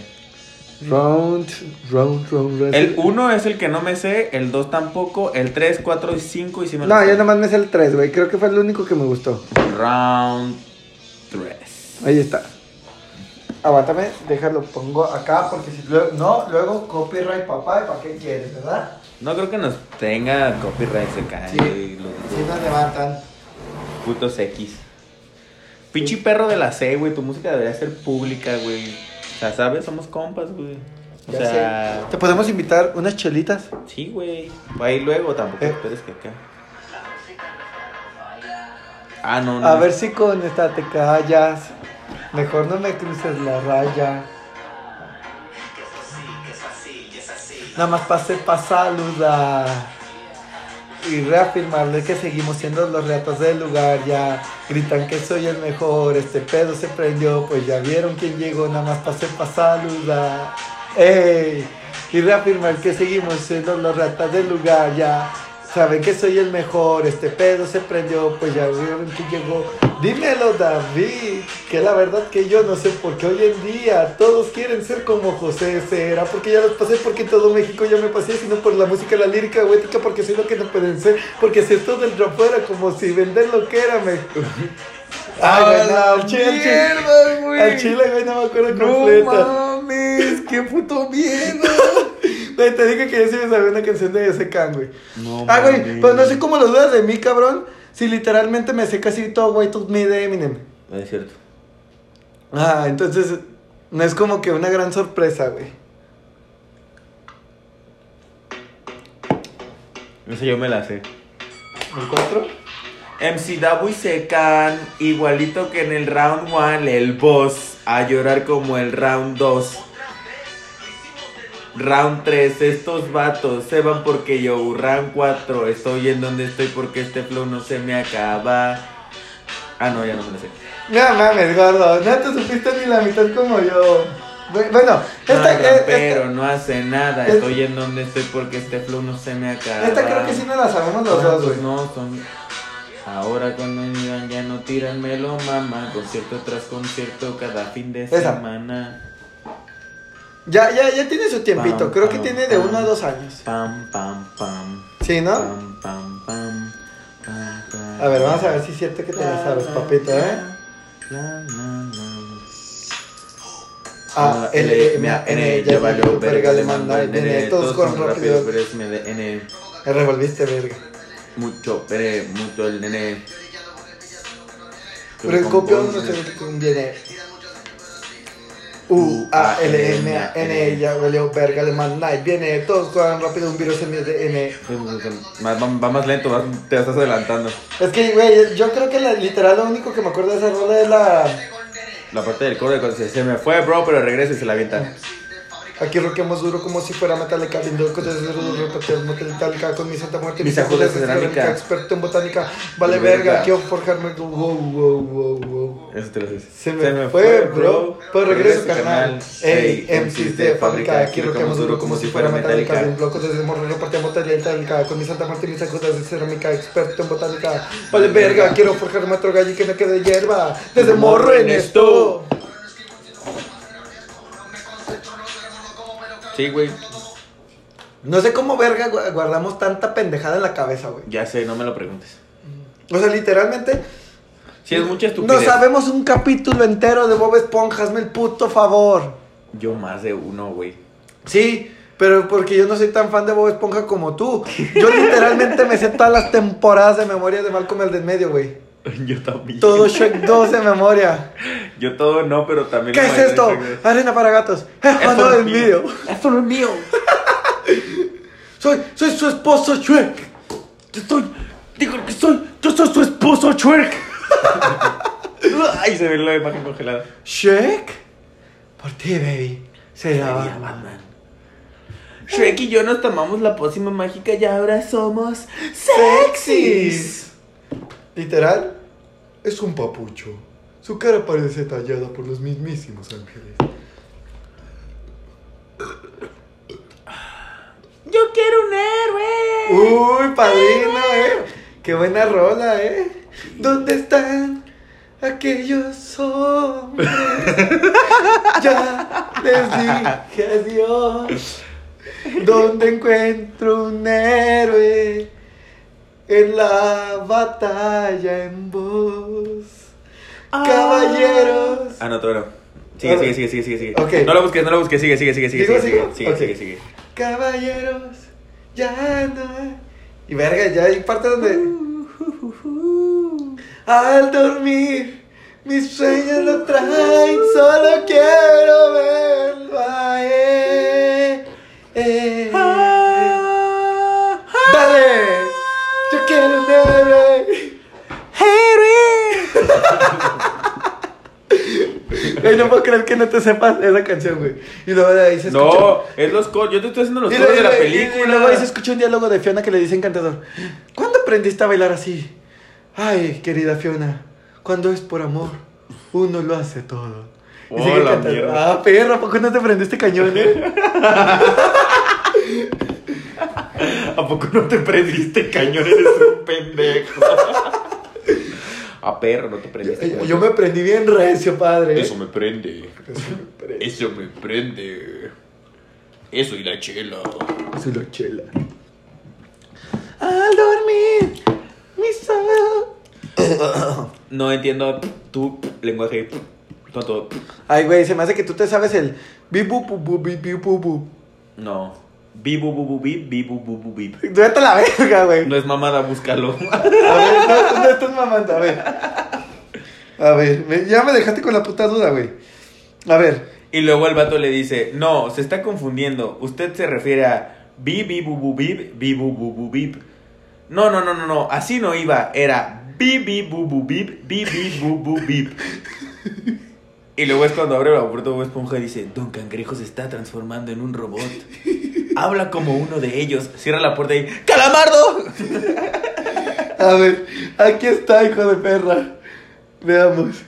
[SPEAKER 1] round round round. round.
[SPEAKER 2] El 1 es el que no me sé, el 2 tampoco, el 3, 4 y 5 y sí me lo
[SPEAKER 1] No,
[SPEAKER 2] sé.
[SPEAKER 1] yo nomás me sé el 3, güey. Creo que fue el único que me gustó.
[SPEAKER 2] Round 3.
[SPEAKER 1] Ahí está. Aguántame, déjalo, pongo acá porque si luego, no, luego copyright papá, ¿y para qué quieres, verdad?
[SPEAKER 2] No creo que nos tenga copyright se cae.
[SPEAKER 1] Sí.
[SPEAKER 2] güey, los
[SPEAKER 1] Si nos levantan.
[SPEAKER 2] putos X. Pinche perro de la C, güey. Tu música debería ser pública, güey. O sea, ¿sabes? Somos compas, güey. O
[SPEAKER 1] Ya
[SPEAKER 2] sea,
[SPEAKER 1] sé. ¿Te podemos invitar unas chelitas?
[SPEAKER 2] sí, güey. Va a ir luego, tampoco
[SPEAKER 1] Eh.
[SPEAKER 2] esperes que acá. Ah, no, no.
[SPEAKER 1] A ver si con esta te callas. Mejor no me cruces la raya. Nada más pasé para saludar y reafirmarle que seguimos siendo los reatos del lugar. Ya gritan que soy el mejor. Este pedo se prendió, pues ya vieron quién llegó. Nada más pasé para saludar. ¡Ey! Y reafirmar que seguimos siendo los ratas del lugar. Ya saben que soy el mejor. Este pedo se prendió, pues ya vieron quién llegó. Dímelo, David. Que la verdad que yo no sé por qué hoy en día todos quieren ser como José. Será porque ya los pasé, porque en todo México ya me pasé, sino por la música, la lírica, poética, porque soy lo que no pueden ser. Porque si esto del rap fuera como si vender lo que era, me.
[SPEAKER 2] ¡A
[SPEAKER 1] güey,
[SPEAKER 2] la
[SPEAKER 1] no, al chile, al chile.
[SPEAKER 2] mierda, güey!
[SPEAKER 1] Al chile, güey, no me acuerdo
[SPEAKER 2] ¡No
[SPEAKER 1] completa.
[SPEAKER 2] mames! ¡Qué puto miedo!
[SPEAKER 1] Güey, te dije que yo sí me sabía una canción de ese can, güey.
[SPEAKER 2] No,
[SPEAKER 1] ah, güey,
[SPEAKER 2] mames.
[SPEAKER 1] pues no sé cómo lo dudas de mí, cabrón. Si literalmente me sé casi todo, güey, tú me de Eminem.
[SPEAKER 2] No es cierto.
[SPEAKER 1] Ah, entonces no es como que una gran sorpresa, güey.
[SPEAKER 2] Eso yo me la sé.
[SPEAKER 1] ¿El cuatro?
[SPEAKER 2] MC Dabu y Secan, igualito que en el round 1, el boss, a llorar como el round 2. Round 3, estos vatos se van porque yo. Round 4, estoy en donde estoy porque este flow no se me acaba. Ah, no, ya no me lo sé.
[SPEAKER 1] No mames, gordo. No te supiste ni la mitad como yo. Güey, Bueno,
[SPEAKER 2] Ah,
[SPEAKER 1] esta,
[SPEAKER 2] no,
[SPEAKER 1] eh, esta-
[SPEAKER 2] pero no hace nada,
[SPEAKER 1] esta-
[SPEAKER 2] estoy en donde estoy porque este flow no se me acaba.
[SPEAKER 1] eh, esta creo que sí nos la sabemos los
[SPEAKER 2] Ah,
[SPEAKER 1] dos, güey.
[SPEAKER 2] pues No, son. Ahora cuando llegan ya no tiran melo, mamá. Concierto tras concierto cada fin de
[SPEAKER 1] Esa.
[SPEAKER 2] semana.
[SPEAKER 1] Ya, ya, ya tiene su tiempito.
[SPEAKER 2] Pam,
[SPEAKER 1] Creo que
[SPEAKER 2] pam,
[SPEAKER 1] tiene de
[SPEAKER 2] pam.
[SPEAKER 1] uno a dos años.
[SPEAKER 2] Pam, pam, pam.
[SPEAKER 1] Sí, ¿no?
[SPEAKER 2] Pam, pam, pam. Pam, pam.
[SPEAKER 1] Ah. A ver, vamos a ver si es cierto que te la sabes, papito, ¿eh?
[SPEAKER 2] La, la, la.
[SPEAKER 1] A,
[SPEAKER 2] Ah,
[SPEAKER 1] L, M, A, Ah, N, ya valió, verga, le manda el nene, todos corren rápido.
[SPEAKER 2] pero es MDN.
[SPEAKER 1] Me revolviste, verga.
[SPEAKER 2] Mucho, pero mucho el nene.
[SPEAKER 1] Pero el copión no se conviene. U, A, L, M, A, N, ya valió, verga, le manda y viene, todos corren rápido, un virus en mi N.
[SPEAKER 2] Va, va- va más lento, vas- te estás adelantando.
[SPEAKER 1] Es que, güey, yo creo que la- literal lo único que me acuerdo de esa rola es la...
[SPEAKER 2] La parte del cobre cuando se, se me fue, bro, pero regresa y se la avienta.
[SPEAKER 1] Aquí roqueamos duro como si fuera metálica, lindo con desde duro, repetido, metálica, con mi santa muerte,
[SPEAKER 2] Mis ajudas
[SPEAKER 1] ajudas
[SPEAKER 2] de
[SPEAKER 1] cerámica,
[SPEAKER 2] cerámica.
[SPEAKER 1] experto en botánica, vale
[SPEAKER 2] Verga.
[SPEAKER 1] verga, quiero forjarme, wow, wow, wow, wow.
[SPEAKER 2] Eso te lo dices.
[SPEAKER 1] Se me, fue, bro. Pero regreso,
[SPEAKER 2] este
[SPEAKER 1] carnal. Ey, MCs de fábrica. Aquí roqueamos duro como si fuera metálica. En blocos desde morro, partíamos metálica. Con mi Santa Martín, mis agudas de cerámica. Experto en botánica. Vale, verga. Quiero forjarme otro gallo y que me quede hierba. Desde morro en esto.
[SPEAKER 2] Sí, güey.
[SPEAKER 1] No sé cómo verga gua- guardamos tanta pendejada en la cabeza, güey.
[SPEAKER 2] Ya sé, no me lo preguntes.
[SPEAKER 1] O sea, literalmente.
[SPEAKER 2] Si es mucha
[SPEAKER 1] No
[SPEAKER 2] estupidez.
[SPEAKER 1] sabemos un capítulo entero de Bob Esponja. Hazme el puto favor.
[SPEAKER 2] Yo más de uno, güey.
[SPEAKER 1] Sí, pero porque yo no soy tan fan de Bob Esponja como tú. Yo literalmente me sé todas las temporadas de memoria de Malcolm el del medio, güey.
[SPEAKER 2] Yo también.
[SPEAKER 1] Todo Shrek 2 de memoria.
[SPEAKER 2] Yo todo no, pero también.
[SPEAKER 1] ¿Qué
[SPEAKER 2] lo
[SPEAKER 1] es
[SPEAKER 2] más de
[SPEAKER 1] esto?
[SPEAKER 2] ese, güey.
[SPEAKER 1] Ah, Arena para gatos. Es
[SPEAKER 2] Esto
[SPEAKER 1] no
[SPEAKER 2] no
[SPEAKER 1] del
[SPEAKER 2] es mío.
[SPEAKER 1] medio. Esto no es mío. soy, soy su esposo, Shrek. Yo soy, digo que soy, yo soy su esposo, Shrek.
[SPEAKER 2] Ay, se ve la imagen congelada.
[SPEAKER 1] Shrek, por ti, baby. Será
[SPEAKER 2] Sería Batman. Shrek y yo nos tomamos la pócima mágica y ahora somos sexys.
[SPEAKER 1] Sexys. Literal, es un papucho. Su cara parece tallada por los mismísimos ángeles.
[SPEAKER 2] Yo quiero un héroe.
[SPEAKER 1] Uy, padrino, eh. Qué buena rola, eh. ¿Dónde están aquellos hombres? Ya les dije adiós. ¿Dónde encuentro un héroe? En la batalla en vos. Caballeros.
[SPEAKER 2] Ah, no, toro. Sigue,
[SPEAKER 1] Ah.
[SPEAKER 2] sigue, sigue, sigue, sigue, sigue.
[SPEAKER 1] Ok.
[SPEAKER 2] No lo busques, no lo busques, sigue, sigue, sigue, sigue,
[SPEAKER 1] ¿Digo,
[SPEAKER 2] sigue, sigue,
[SPEAKER 1] sigo?
[SPEAKER 2] sigue,
[SPEAKER 1] Ok.
[SPEAKER 2] sigue, sigue.
[SPEAKER 1] Caballeros, ya no. hay- Y verga, ya hay parte donde. Al dormir, mis sueños lo traen, solo quiero verlo a él. Eh, ¡Dale! Yo quiero un héroe.
[SPEAKER 2] Héroe.
[SPEAKER 1] Güey, no puedo creer que no te sepas esa canción, güey. Y luego de ahí se
[SPEAKER 2] No, es los coros. Yo te estoy haciendo los coros de la
[SPEAKER 1] y- y-
[SPEAKER 2] película.
[SPEAKER 1] Y luego ahí se escucha un diálogo de Fiona que le dice encantador: ¿Cuándo aprendiste a bailar así? Ay, querida Fiona, cuando es por amor, uno lo hace todo.
[SPEAKER 2] Oh, la
[SPEAKER 1] cantando,
[SPEAKER 2] mierda.
[SPEAKER 1] Ah, perra, ¿a poco no te prendiste cañón, eh?
[SPEAKER 2] ¿A poco no te prendiste cañón? Eres un pendejo. A perro, no te prendiste.
[SPEAKER 1] Yo, yo me prendí bien recio, padre. ¿eh?
[SPEAKER 2] Eso me prende. Eso me prende. Eso y la chela.
[SPEAKER 1] Eso lo chela. Al dormir, mis ojos.
[SPEAKER 2] No entiendo tu lenguaje. Tonto.
[SPEAKER 1] Ay, güey, se me hace que tú te sabes el. Bibu, bu, bu, bi, bi, bu, bu.
[SPEAKER 2] No. Bibu, bubu, bib, bibu, bubu, bib.
[SPEAKER 1] Duérete la verga, güey.
[SPEAKER 2] No es mamada, búscalo.
[SPEAKER 1] A ver, no, no estás mamando, a ver. A ver, me- ya me dejaste con la puta duda, güey. A ver,
[SPEAKER 2] Y luego el vato le dice, no, se está confundiendo. Usted se refiere a bib, bibu, bu, bib, bibu, bubu, bib. No, no, no, no, no. Así no iba. Era bibi, bubu, bib, bibi, bubu, bib. Y luego es cuando abre la puerta Bob Esponja y dice, Don Cangrejo se está transformando en un robot. Habla como uno de ellos. Cierra la puerta y, ¡Calamardo!
[SPEAKER 1] a ver, aquí está, hijo de perra. Veamos.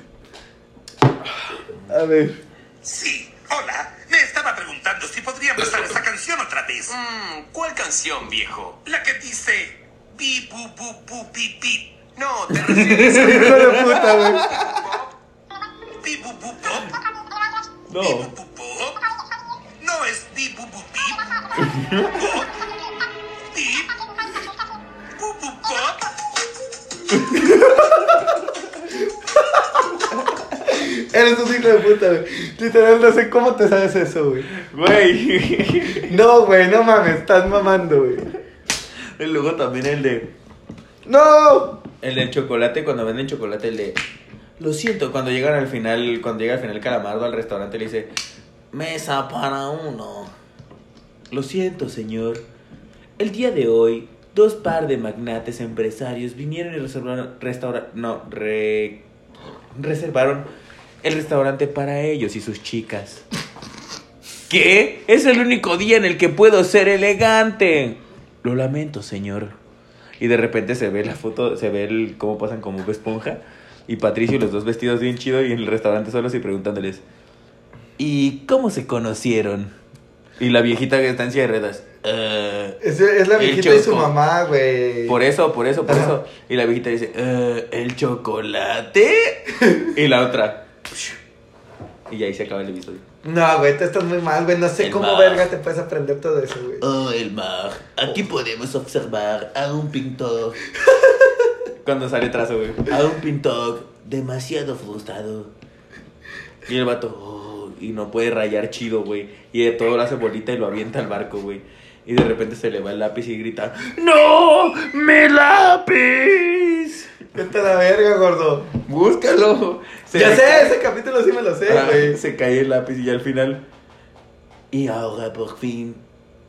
[SPEAKER 1] A ver.
[SPEAKER 3] Sí, hola. Me estaba preguntando si podría pasar esa canción otra vez.
[SPEAKER 4] Mm, ¿Cuál canción, viejo?
[SPEAKER 3] La que dice. Bi, bu, bu, bu, bi, bi.
[SPEAKER 4] No, te refieres
[SPEAKER 1] Hijo de puta, güey.
[SPEAKER 3] Bi, bu, bu, bop.
[SPEAKER 2] No.
[SPEAKER 3] Bi, bu, bu, bop. No es bi, bu, bu, bi. Bop. Bi, bu, bu, bop.
[SPEAKER 1] Eres un hijo de puta, güey. Literal, no sé cómo te sabes eso, güey.
[SPEAKER 2] Güey.
[SPEAKER 1] No, güey, no mames, estás mamando, güey.
[SPEAKER 2] Y luego también el de...
[SPEAKER 1] ¡No!
[SPEAKER 2] El del chocolate, cuando venden chocolate, el de. Lo siento, cuando llegan al final, cuando llega al final Calamardo al restaurante, le dice: Mesa para uno. Lo siento, señor. El día de hoy, dos par de magnates empresarios vinieron y reservaron. restaura- no, re- reservaron el restaurante para ellos y sus chicas. ¿Qué? Es el único día en el que puedo ser elegante. Lo lamento, señor. Y de repente se ve la foto, se ve el, cómo pasan como Bob esponja. Y Patricio y los dos vestidos bien chido y en el restaurante solos y preguntándoles. ¿Y cómo se conocieron? Y la viejita que está en silla de ruedas. "Eh,
[SPEAKER 1] Es, es la
[SPEAKER 2] El
[SPEAKER 1] viejita y su
[SPEAKER 2] Choco.
[SPEAKER 1] mamá, güey.
[SPEAKER 2] por e- eso, por eso, por
[SPEAKER 1] Ajá.
[SPEAKER 2] eso. Y la viejita dice, "Eh, ¿el chocolate? y la otra. "Psh". Y ahí se acaba el episodio.
[SPEAKER 1] No, güey, tú estás muy mal, güey. No sé
[SPEAKER 2] El
[SPEAKER 1] cómo
[SPEAKER 2] mal.
[SPEAKER 1] verga te puedes aprender todo eso, güey.
[SPEAKER 2] Oh, el mar. Aquí podemos observar a un pintor. Cuando sale trazo, güey. A un pintor demasiado frustrado. Y el vato, oh, y no puede rayar chido, güey. Y de todo lo hace bolita y lo avienta al barco, güey. Y de repente se le va el lápiz y grita, ¡No! ¡Me lápiz!
[SPEAKER 1] Vete a la verga, gordo.
[SPEAKER 2] Búscalo. Se
[SPEAKER 1] ya
[SPEAKER 2] le
[SPEAKER 1] sé,
[SPEAKER 2] cae-
[SPEAKER 1] ese capítulo sí me lo sé,
[SPEAKER 2] Ah,
[SPEAKER 1] güey.
[SPEAKER 2] se cae el lápiz y al final. Y ahora por fin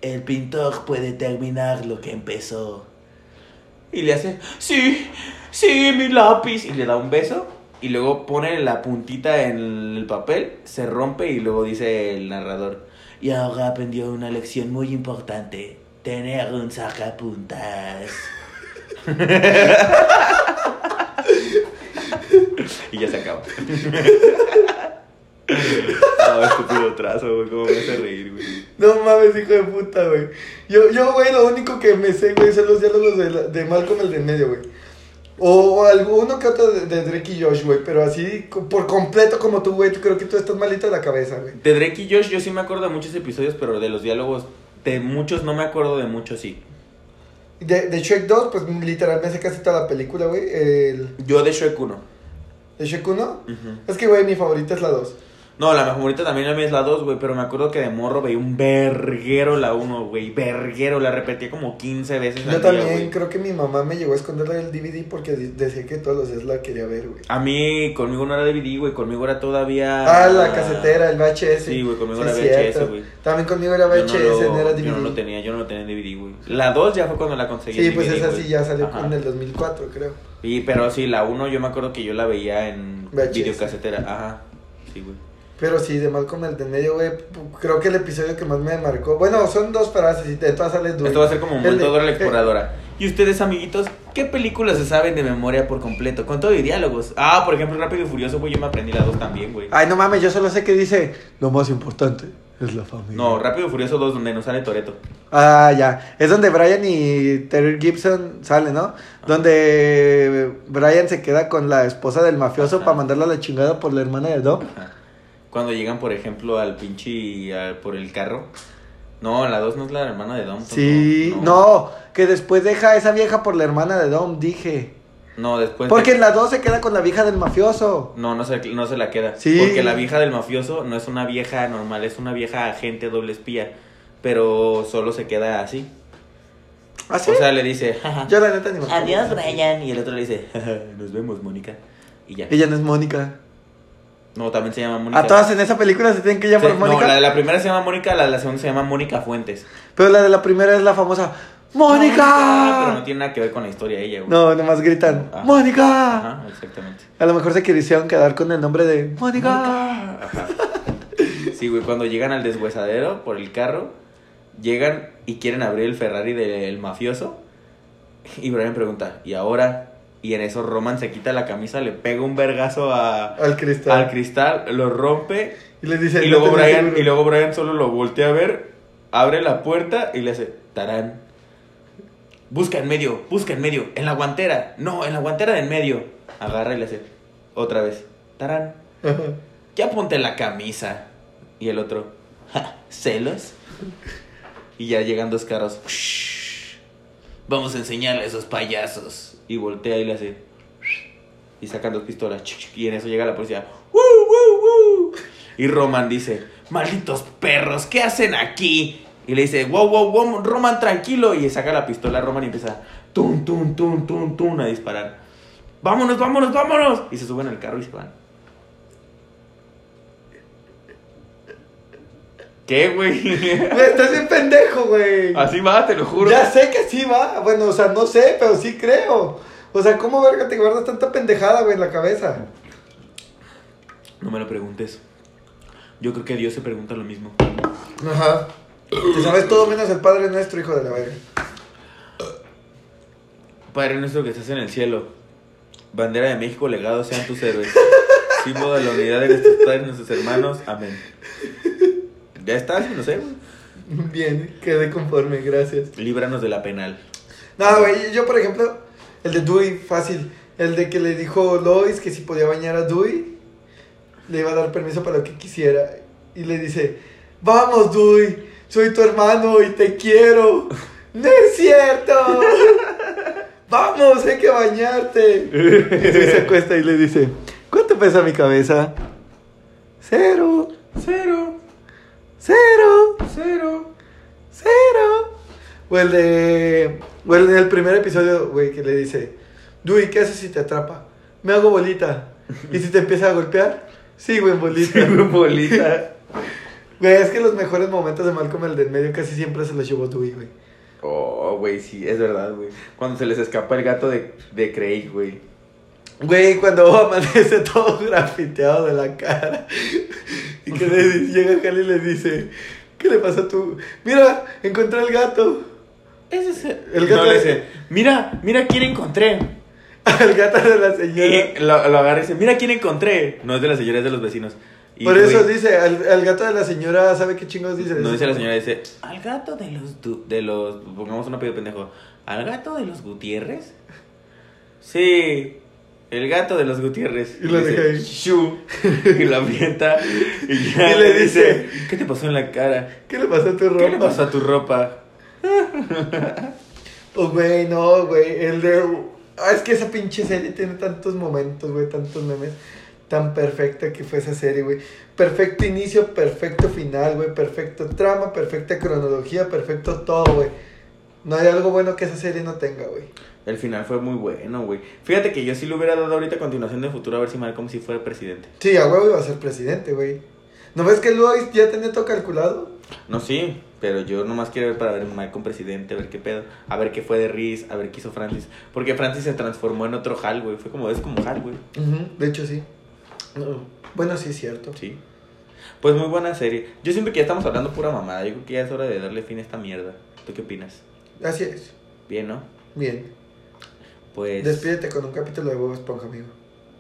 [SPEAKER 2] El pintor puede terminar lo que empezó. Y le hace, sí, sí, mi lápiz. Y le da un beso. Y luego pone la puntita en el papel, se rompe y luego dice el narrador. Y ahora aprendió una lección muy importante. Tener un sacapuntas. y ya se acaba. Ah, estúpido trazo, güey. ¿Cómo me hace reír, güey?
[SPEAKER 1] No mames, hijo de puta, güey. Yo, yo, güey, lo único que me sé, güey, son los diálogos de, la- de Malcolm el de en medio, güey. O, o alguno que otro de, de Drake y Josh, güey. Pero así, co- por completo como tú, güey, tú creo que tú estás malito de la cabeza, güey.
[SPEAKER 2] De Drake y Josh, yo sí me acuerdo de muchos episodios, pero de los diálogos, de muchos no me acuerdo, de muchos sí.
[SPEAKER 1] De, de Shrek 2, pues literal me sé casi toda la película, güey. El,
[SPEAKER 2] Yo de Shrek 1.
[SPEAKER 1] de Shrek 1. Es que, güey, mi favorita es la 2.
[SPEAKER 2] No, la favorita también a mí es la 2, güey, pero me acuerdo que de morro veía un verguero la 1, güey. Verguero, la repetía como 15 veces. al
[SPEAKER 1] Yo
[SPEAKER 2] día,
[SPEAKER 1] también
[SPEAKER 2] güey.
[SPEAKER 1] creo que mi mamá me llegó a esconderle el DVD porque de- decía que todos los días la quería ver, güey.
[SPEAKER 2] A mí, conmigo no era DVD, güey, conmigo era todavía...
[SPEAKER 1] Ah, la casetera, el VHS.
[SPEAKER 2] Sí, güey,
[SPEAKER 1] Sí,
[SPEAKER 2] conmigo era
[SPEAKER 1] es
[SPEAKER 2] VHS,
[SPEAKER 1] cierto.
[SPEAKER 2] güey.
[SPEAKER 1] También conmigo era
[SPEAKER 2] Yo
[SPEAKER 1] VHS, no,
[SPEAKER 2] no,
[SPEAKER 1] era
[SPEAKER 2] lo,
[SPEAKER 1] DVD.
[SPEAKER 2] yo no lo tenía, yo no lo tenía en DVD, güey. La 2 ya fue cuando la conseguí.
[SPEAKER 1] Sí,
[SPEAKER 2] en
[SPEAKER 1] pues
[SPEAKER 2] DVD,
[SPEAKER 1] esa
[SPEAKER 2] güey.
[SPEAKER 1] sí ya salió
[SPEAKER 2] Ajá.
[SPEAKER 1] en el 2004, creo.
[SPEAKER 2] Y, pero sí, la 1 yo me acuerdo que yo la veía en
[SPEAKER 1] VHS.
[SPEAKER 2] videocasetera. Ajá. Sí, güey.
[SPEAKER 1] Pero sí, de Malcolm el de en medio, güey, pu- creo que el episodio que más me marcó. Bueno, son dos frases y de todas sales
[SPEAKER 2] Esto va a ser como un
[SPEAKER 1] El de- eh.
[SPEAKER 2] momento de la exploradora. Y ustedes, amiguitos, ¿qué películas se saben de memoria por completo? Con todo y diálogos. Ah, por ejemplo, Rápido y Furioso, güey, yo me aprendí la 2 también, güey.
[SPEAKER 1] Ay, no mames, yo solo sé que dice, lo más importante es la familia.
[SPEAKER 2] No, Rápido y Furioso 2, donde no sale Toreto.
[SPEAKER 1] Ah, ya. Es donde Brian y Terry Gibson salen, ¿no? Donde Brian se queda con la esposa del mafioso
[SPEAKER 2] Ajá.
[SPEAKER 1] para mandarla a la chingada por la hermana de Dom.
[SPEAKER 2] Cuando llegan, por ejemplo, al pinche. al- por el carro. No, la 2 no es la hermana de Dom.
[SPEAKER 1] Sí, no, que después deja a esa vieja por la hermana de Dom, dije.
[SPEAKER 2] No, después.
[SPEAKER 1] Porque en la 2 se queda con la vieja del mafioso.
[SPEAKER 2] No, no se, no se la queda.
[SPEAKER 1] Sí.
[SPEAKER 2] Porque la vieja del mafioso no es una vieja normal, es una vieja agente doble espía. Pero solo se queda así.
[SPEAKER 1] ¿Ah, sí?
[SPEAKER 2] O sea, le dice, "Ja, ja,
[SPEAKER 1] Yo la neta ni me acuerdo.
[SPEAKER 2] adiós Brian. Y el otro le dice, "Ja, ja, nos vemos, Mónica. Y ya.
[SPEAKER 1] Ella no es Mónica.
[SPEAKER 2] No, también se llama Mónica.
[SPEAKER 1] A todas en esa película se tienen que llamar
[SPEAKER 2] Sí,
[SPEAKER 1] Mónica.
[SPEAKER 2] No, la de la primera se llama Mónica, la de la segunda se llama Mónica Fuentes.
[SPEAKER 1] Pero la de la primera es la famosa
[SPEAKER 2] Pero no
[SPEAKER 1] ¡Mónica!
[SPEAKER 2] tiene nada que ver con la historia de ella, güey.
[SPEAKER 1] ¡Ah! No, nomás gritan
[SPEAKER 2] Ajá.
[SPEAKER 1] ¡Mónica!
[SPEAKER 2] Ajá, exactamente.
[SPEAKER 1] A lo mejor se quisieron quedar con el nombre de Mónica.
[SPEAKER 2] Ajá. Sí, güey, cuando llegan al deshuesadero por el carro, llegan y quieren abrir el Ferrari del mafioso. Y Brian pregunta, ¿y ahora? Y en eso Roman se quita la camisa, le pega un vergazo a,
[SPEAKER 1] Al cristal.
[SPEAKER 2] al cristal, lo rompe.
[SPEAKER 1] Y les dice.
[SPEAKER 2] Y
[SPEAKER 1] "No
[SPEAKER 2] luego,
[SPEAKER 1] tenía
[SPEAKER 2] Brian,
[SPEAKER 1] seguro".
[SPEAKER 2] y luego Brian solo lo voltea a ver, abre la puerta y le hace, tarán. Busca en medio, busca en medio, en la guantera. No, en la guantera de en medio. Agarra y le hace, otra vez, tarán.
[SPEAKER 1] Ajá.
[SPEAKER 2] Ya ponte la camisa. Y el otro, "Ja, celos. Y ya llegan dos carros. "Shh, Vamos a enseñarle a esos payasos. Y voltea y le hace. Y sacan dos pistolas. chic, chic, Y en eso llega la policía. "Woo, woo, woo". Y Roman dice, malditos perros, ¿qué hacen aquí? Y le dice, wow, wow, wow, Roman, tranquilo. Y saca la pistola Roman y empieza, tum, tum, tum, tum, tum, a disparar. Vámonos, vámonos, vámonos. Y se suben al carro y se van. ¿Qué, güey?
[SPEAKER 1] Güey, Estás bien pendejo, güey.
[SPEAKER 2] Así va, te lo juro.
[SPEAKER 1] Ya sé que sí va. Bueno, o sea, no sé, pero sí creo. O sea, ¿cómo verga te guardas tanta pendejada, güey, en la cabeza?
[SPEAKER 2] No me lo preguntes. Yo creo que Dios se pregunta lo mismo.
[SPEAKER 1] Ajá. Te sabes todo menos el padre nuestro, hijo de la verga.
[SPEAKER 2] Padre nuestro que estás en el cielo, bandera de México, legado sean tus héroes. Símbolo de la unidad de nuestros padres, nuestros hermanos. Amén. Ya está, no sé. güey.
[SPEAKER 1] Bien, quedé conforme, gracias.
[SPEAKER 2] Líbranos de la penal.
[SPEAKER 1] No, güey, yo por ejemplo, el de Dewey, fácil. El de que le dijo Lois que si podía bañar a Dewey, le iba a dar permiso para lo que quisiera. Y le dice, vamos Dewey, soy tu hermano y te quiero. ¡No es cierto! ¡Vamos, hay que bañarte! Y Dewey se acuesta y le dice, ¿cuánto pesa mi cabeza? Cero,
[SPEAKER 2] Cero,
[SPEAKER 1] cero,
[SPEAKER 2] cero.
[SPEAKER 1] Cero. O el de. O el del primer episodio, güey, que le dice: Dui, ¿qué haces si te atrapa? Me hago bolita. ¿Y si te empieza a golpear? Sigo en bolita.
[SPEAKER 2] bolita.
[SPEAKER 1] Güey, es que los mejores momentos de Malcolm el del medio casi siempre se los llevó Dewey, güey.
[SPEAKER 2] Oh, güey, sí, es verdad, güey. Cuando se les escapa el gato de, de Craig, güey.
[SPEAKER 1] Güey, cuando amanece todo grafiteado de la cara. Y que le dice- llega Hal y le dice, ¿qué le pasa a tú? Mira, encontré el gato.
[SPEAKER 2] Ese es el,
[SPEAKER 1] El gato
[SPEAKER 2] no,
[SPEAKER 1] de-
[SPEAKER 2] le dice, mira, mira quién encontré.
[SPEAKER 1] El gato de la señora.
[SPEAKER 2] Y lo, lo agarra y dice, mira quién encontré. No es de la señora, es de los vecinos. Y,
[SPEAKER 1] Por eso
[SPEAKER 2] güey,
[SPEAKER 1] dice, al, al gato de la señora, ¿sabe qué chingos dice?
[SPEAKER 2] No dice la señora, dice, al gato de los, du- de los, pongamos un apellido pendejo, al gato de los Gutiérrez. Sí, el gato de los Gutiérrez.
[SPEAKER 1] Y lo deja ahí.
[SPEAKER 2] "Shu", y la avienta y, ya
[SPEAKER 1] Y le
[SPEAKER 2] le dice, ¿qué te pasó en la cara?
[SPEAKER 1] ¿Qué le pasa a tu ropa?
[SPEAKER 2] ¿Qué le pasó a tu ropa?
[SPEAKER 1] Pues, güey, no, güey. El de. Ah, es que esa pinche serie tiene tantos momentos, güey, tantos memes. Tan perfecta que fue esa serie, güey. Perfecto inicio, perfecto final, güey. Perfecto trama, perfecta cronología, perfecto todo, güey. No hay algo bueno que esa serie no tenga, güey.
[SPEAKER 2] El final fue muy bueno, güey. Fíjate que yo sí le hubiera dado ahorita continuación de futuro a ver si Malcolm si fuera presidente.
[SPEAKER 1] Sí, a huevo iba a ser presidente, güey. ¿No ves que Lois ya tenía todo calculado?
[SPEAKER 2] No, sí, pero yo nomás quiero ver para ver a Malcolm presidente, a ver qué pedo, a ver qué fue de Reese, a ver qué hizo Francis. Porque Francis se transformó en otro Hal, güey. Fue como, es como Hal, güey.
[SPEAKER 1] De hecho, sí. No, Bueno, sí, es cierto.
[SPEAKER 2] Sí. Pues muy buena serie. Yo siempre que ya estamos hablando pura mamada, yo creo que ya es hora de darle fin a esta mierda. ¿Tú qué opinas?
[SPEAKER 1] Así es.
[SPEAKER 2] Bien, ¿no?
[SPEAKER 1] Bien.
[SPEAKER 2] Pues...
[SPEAKER 1] Despídete con un capítulo de Bob Esponja, amigo.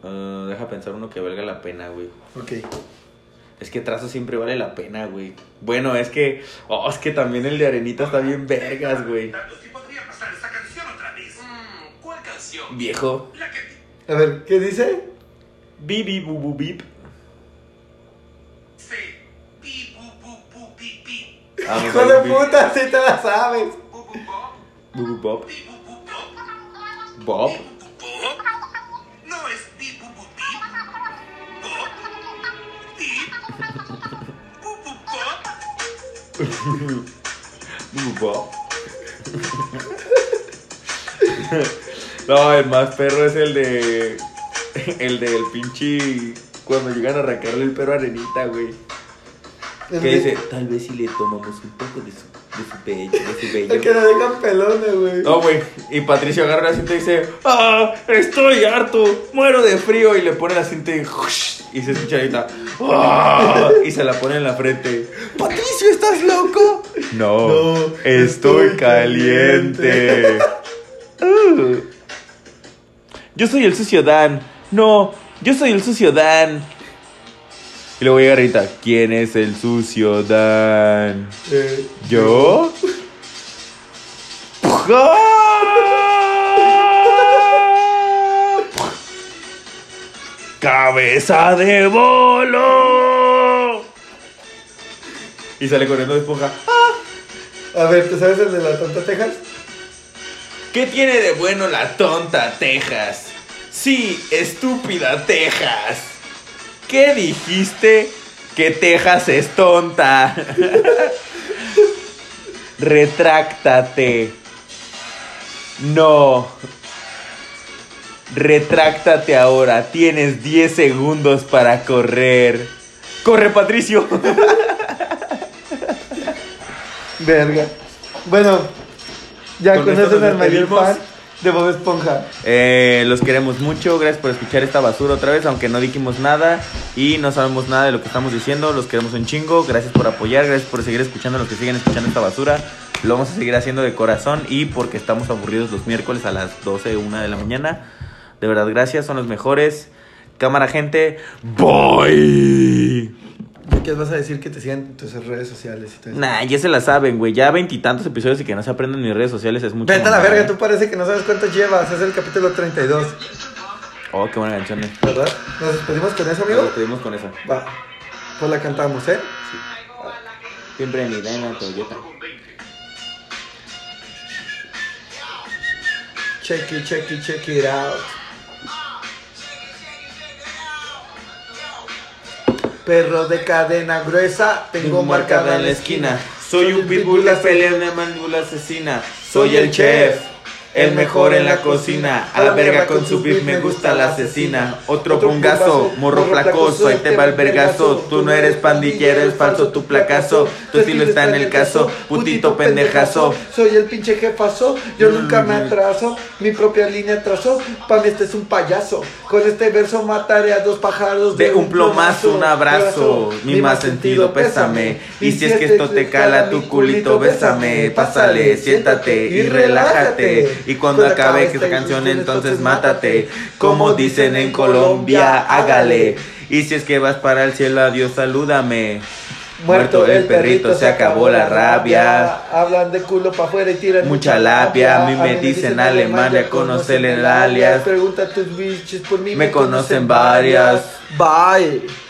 [SPEAKER 2] ah, deja pensar uno que valga la pena, güey.
[SPEAKER 1] Ok.
[SPEAKER 2] Es que trazo siempre vale la pena, güey. Bueno, es que... Oh, es que también el de Arenita está bien vergas, güey.
[SPEAKER 3] Si podría pasar esa canción otra vez.
[SPEAKER 4] Mm, ¿Cuál canción?
[SPEAKER 2] Viejo.
[SPEAKER 3] La que
[SPEAKER 1] A ver, ¿qué dice?
[SPEAKER 2] Bibi bubu bip.
[SPEAKER 3] dice. Pi, bu, bu, bu, pi, pi.
[SPEAKER 2] Vamos
[SPEAKER 1] ¡Hijo
[SPEAKER 2] a
[SPEAKER 1] de
[SPEAKER 2] Bibi.
[SPEAKER 1] puta, si te la sabes!
[SPEAKER 3] Bu, bu, bo.
[SPEAKER 2] Bubu Bob.
[SPEAKER 3] Pi, bu, bu, bo.
[SPEAKER 2] Bob.
[SPEAKER 3] Pi, bu, bu, bo. No es pi, bu, bu, pi. Bo. Pi. Bu,
[SPEAKER 2] Bubu
[SPEAKER 3] bu, bo.
[SPEAKER 2] Bob. No, el más perro es el de. El del pinche. Cuando llegan a arrancarle el perro a arenita, güey.
[SPEAKER 1] El
[SPEAKER 2] Que
[SPEAKER 1] que-
[SPEAKER 2] dice, tal vez si le tomamos un poco de su, de su bello, de su
[SPEAKER 1] El que
[SPEAKER 2] bello.
[SPEAKER 1] la dejan pelona, güey.
[SPEAKER 2] No, güey. Y Patricio agarra la cinta y dice, ¡Ah! Estoy harto, muero de frío. Y le pone la cinta y, y se escucha ahorita, "Ah", Y se la pone en la frente.
[SPEAKER 1] ¡Patricio, estás loco!
[SPEAKER 2] No,
[SPEAKER 1] No, estoy
[SPEAKER 2] estoy caliente. Uh. yo soy el sucio Dan. No, yo soy el sucio Dan. Y luego llega Rita. ¿Quién es el sucio Dan?
[SPEAKER 1] Eh,
[SPEAKER 2] ¿Yo? ¡Ah! ¡Cabeza de bolo! Y sale corriendo de esponja.
[SPEAKER 1] a ver, ¿te sabes el de la tonta Texas?
[SPEAKER 2] ¿Qué tiene de bueno la tonta Texas? Sí, estúpida Texas. ¿Qué dijiste? Que Texas es tonta. Retráctate. No. Retráctate ahora. Tienes 10 segundos para correr. ¡Corre, Patricio!
[SPEAKER 1] Verga. Bueno, ya
[SPEAKER 2] Con esto
[SPEAKER 1] conocen
[SPEAKER 2] nos
[SPEAKER 1] al mayor
[SPEAKER 2] despedimos.
[SPEAKER 1] fan de Bob Esponja.
[SPEAKER 2] Eh, los queremos mucho, gracias por escuchar esta basura otra vez, aunque no dijimos nada y no sabemos nada de lo que estamos diciendo, los queremos un chingo, gracias por apoyar, gracias por seguir escuchando a los que siguen escuchando esta basura, lo vamos a seguir haciendo de corazón y porque estamos aburridos los miércoles a las 12, 1 de la mañana, de verdad gracias, son los mejores, cámara gente, voy.
[SPEAKER 1] ¿Qué vas a decir que te sigan en tus redes sociales? Y todo eso?
[SPEAKER 2] Nah, ya se la saben, güey, ya veintitantos episodios y que no se aprenden mis redes sociales es mucho.
[SPEAKER 1] Vete a la
[SPEAKER 2] mamada,
[SPEAKER 1] verga,
[SPEAKER 2] eh.
[SPEAKER 1] tú parece que no sabes cuánto llevas. Es el capítulo 32,
[SPEAKER 2] Oh, qué buena canción. eh.
[SPEAKER 1] ¿verdad? Nos despedimos con eso,
[SPEAKER 2] Nos
[SPEAKER 1] amigo.
[SPEAKER 2] despedimos con esa.
[SPEAKER 1] Va, pues la cantamos, ¿eh?
[SPEAKER 2] Siempre en Irena, Toyota.
[SPEAKER 1] Check it, check it, check it out. Perro de cadena gruesa, tengo marcada en la esquina.
[SPEAKER 2] Soy un pitbull de pelea de mandíbula asesina. Soy el chef. El mejor en la cocina, a la verga con su beef me gusta la asesina. Otro pungazo, morro placoso, ahí te va el vergazo. Tú no eres pandillero, es falso tu placazo. Tu estilo está en el caso, putito pendejazo. Mm.
[SPEAKER 1] Soy el pinche jefazo, yo nunca me atraso, mi propia línea trazo. Pa' mí este es un payaso, con este verso mataré a dos pájaros
[SPEAKER 2] De un plomazo, un abrazo, mi más sentido pésame. Y si este es que esto te cala tu culito, bésame. Pásale, siéntate y relájate. Y cuando acabe esta canción, entonces mátate. Como dicen en Colombia, hágale. Y si es que vas para el cielo, adiós, salúdame.
[SPEAKER 1] Muerto el perrito, se acabó la rabia. Hablan de culo para afuera y tiran
[SPEAKER 2] Mucha labia, a mí me dicen Alemania, conocen el alias.
[SPEAKER 1] Pregunta a tus bichos por mí.
[SPEAKER 2] Me conocen varias.
[SPEAKER 1] Bye.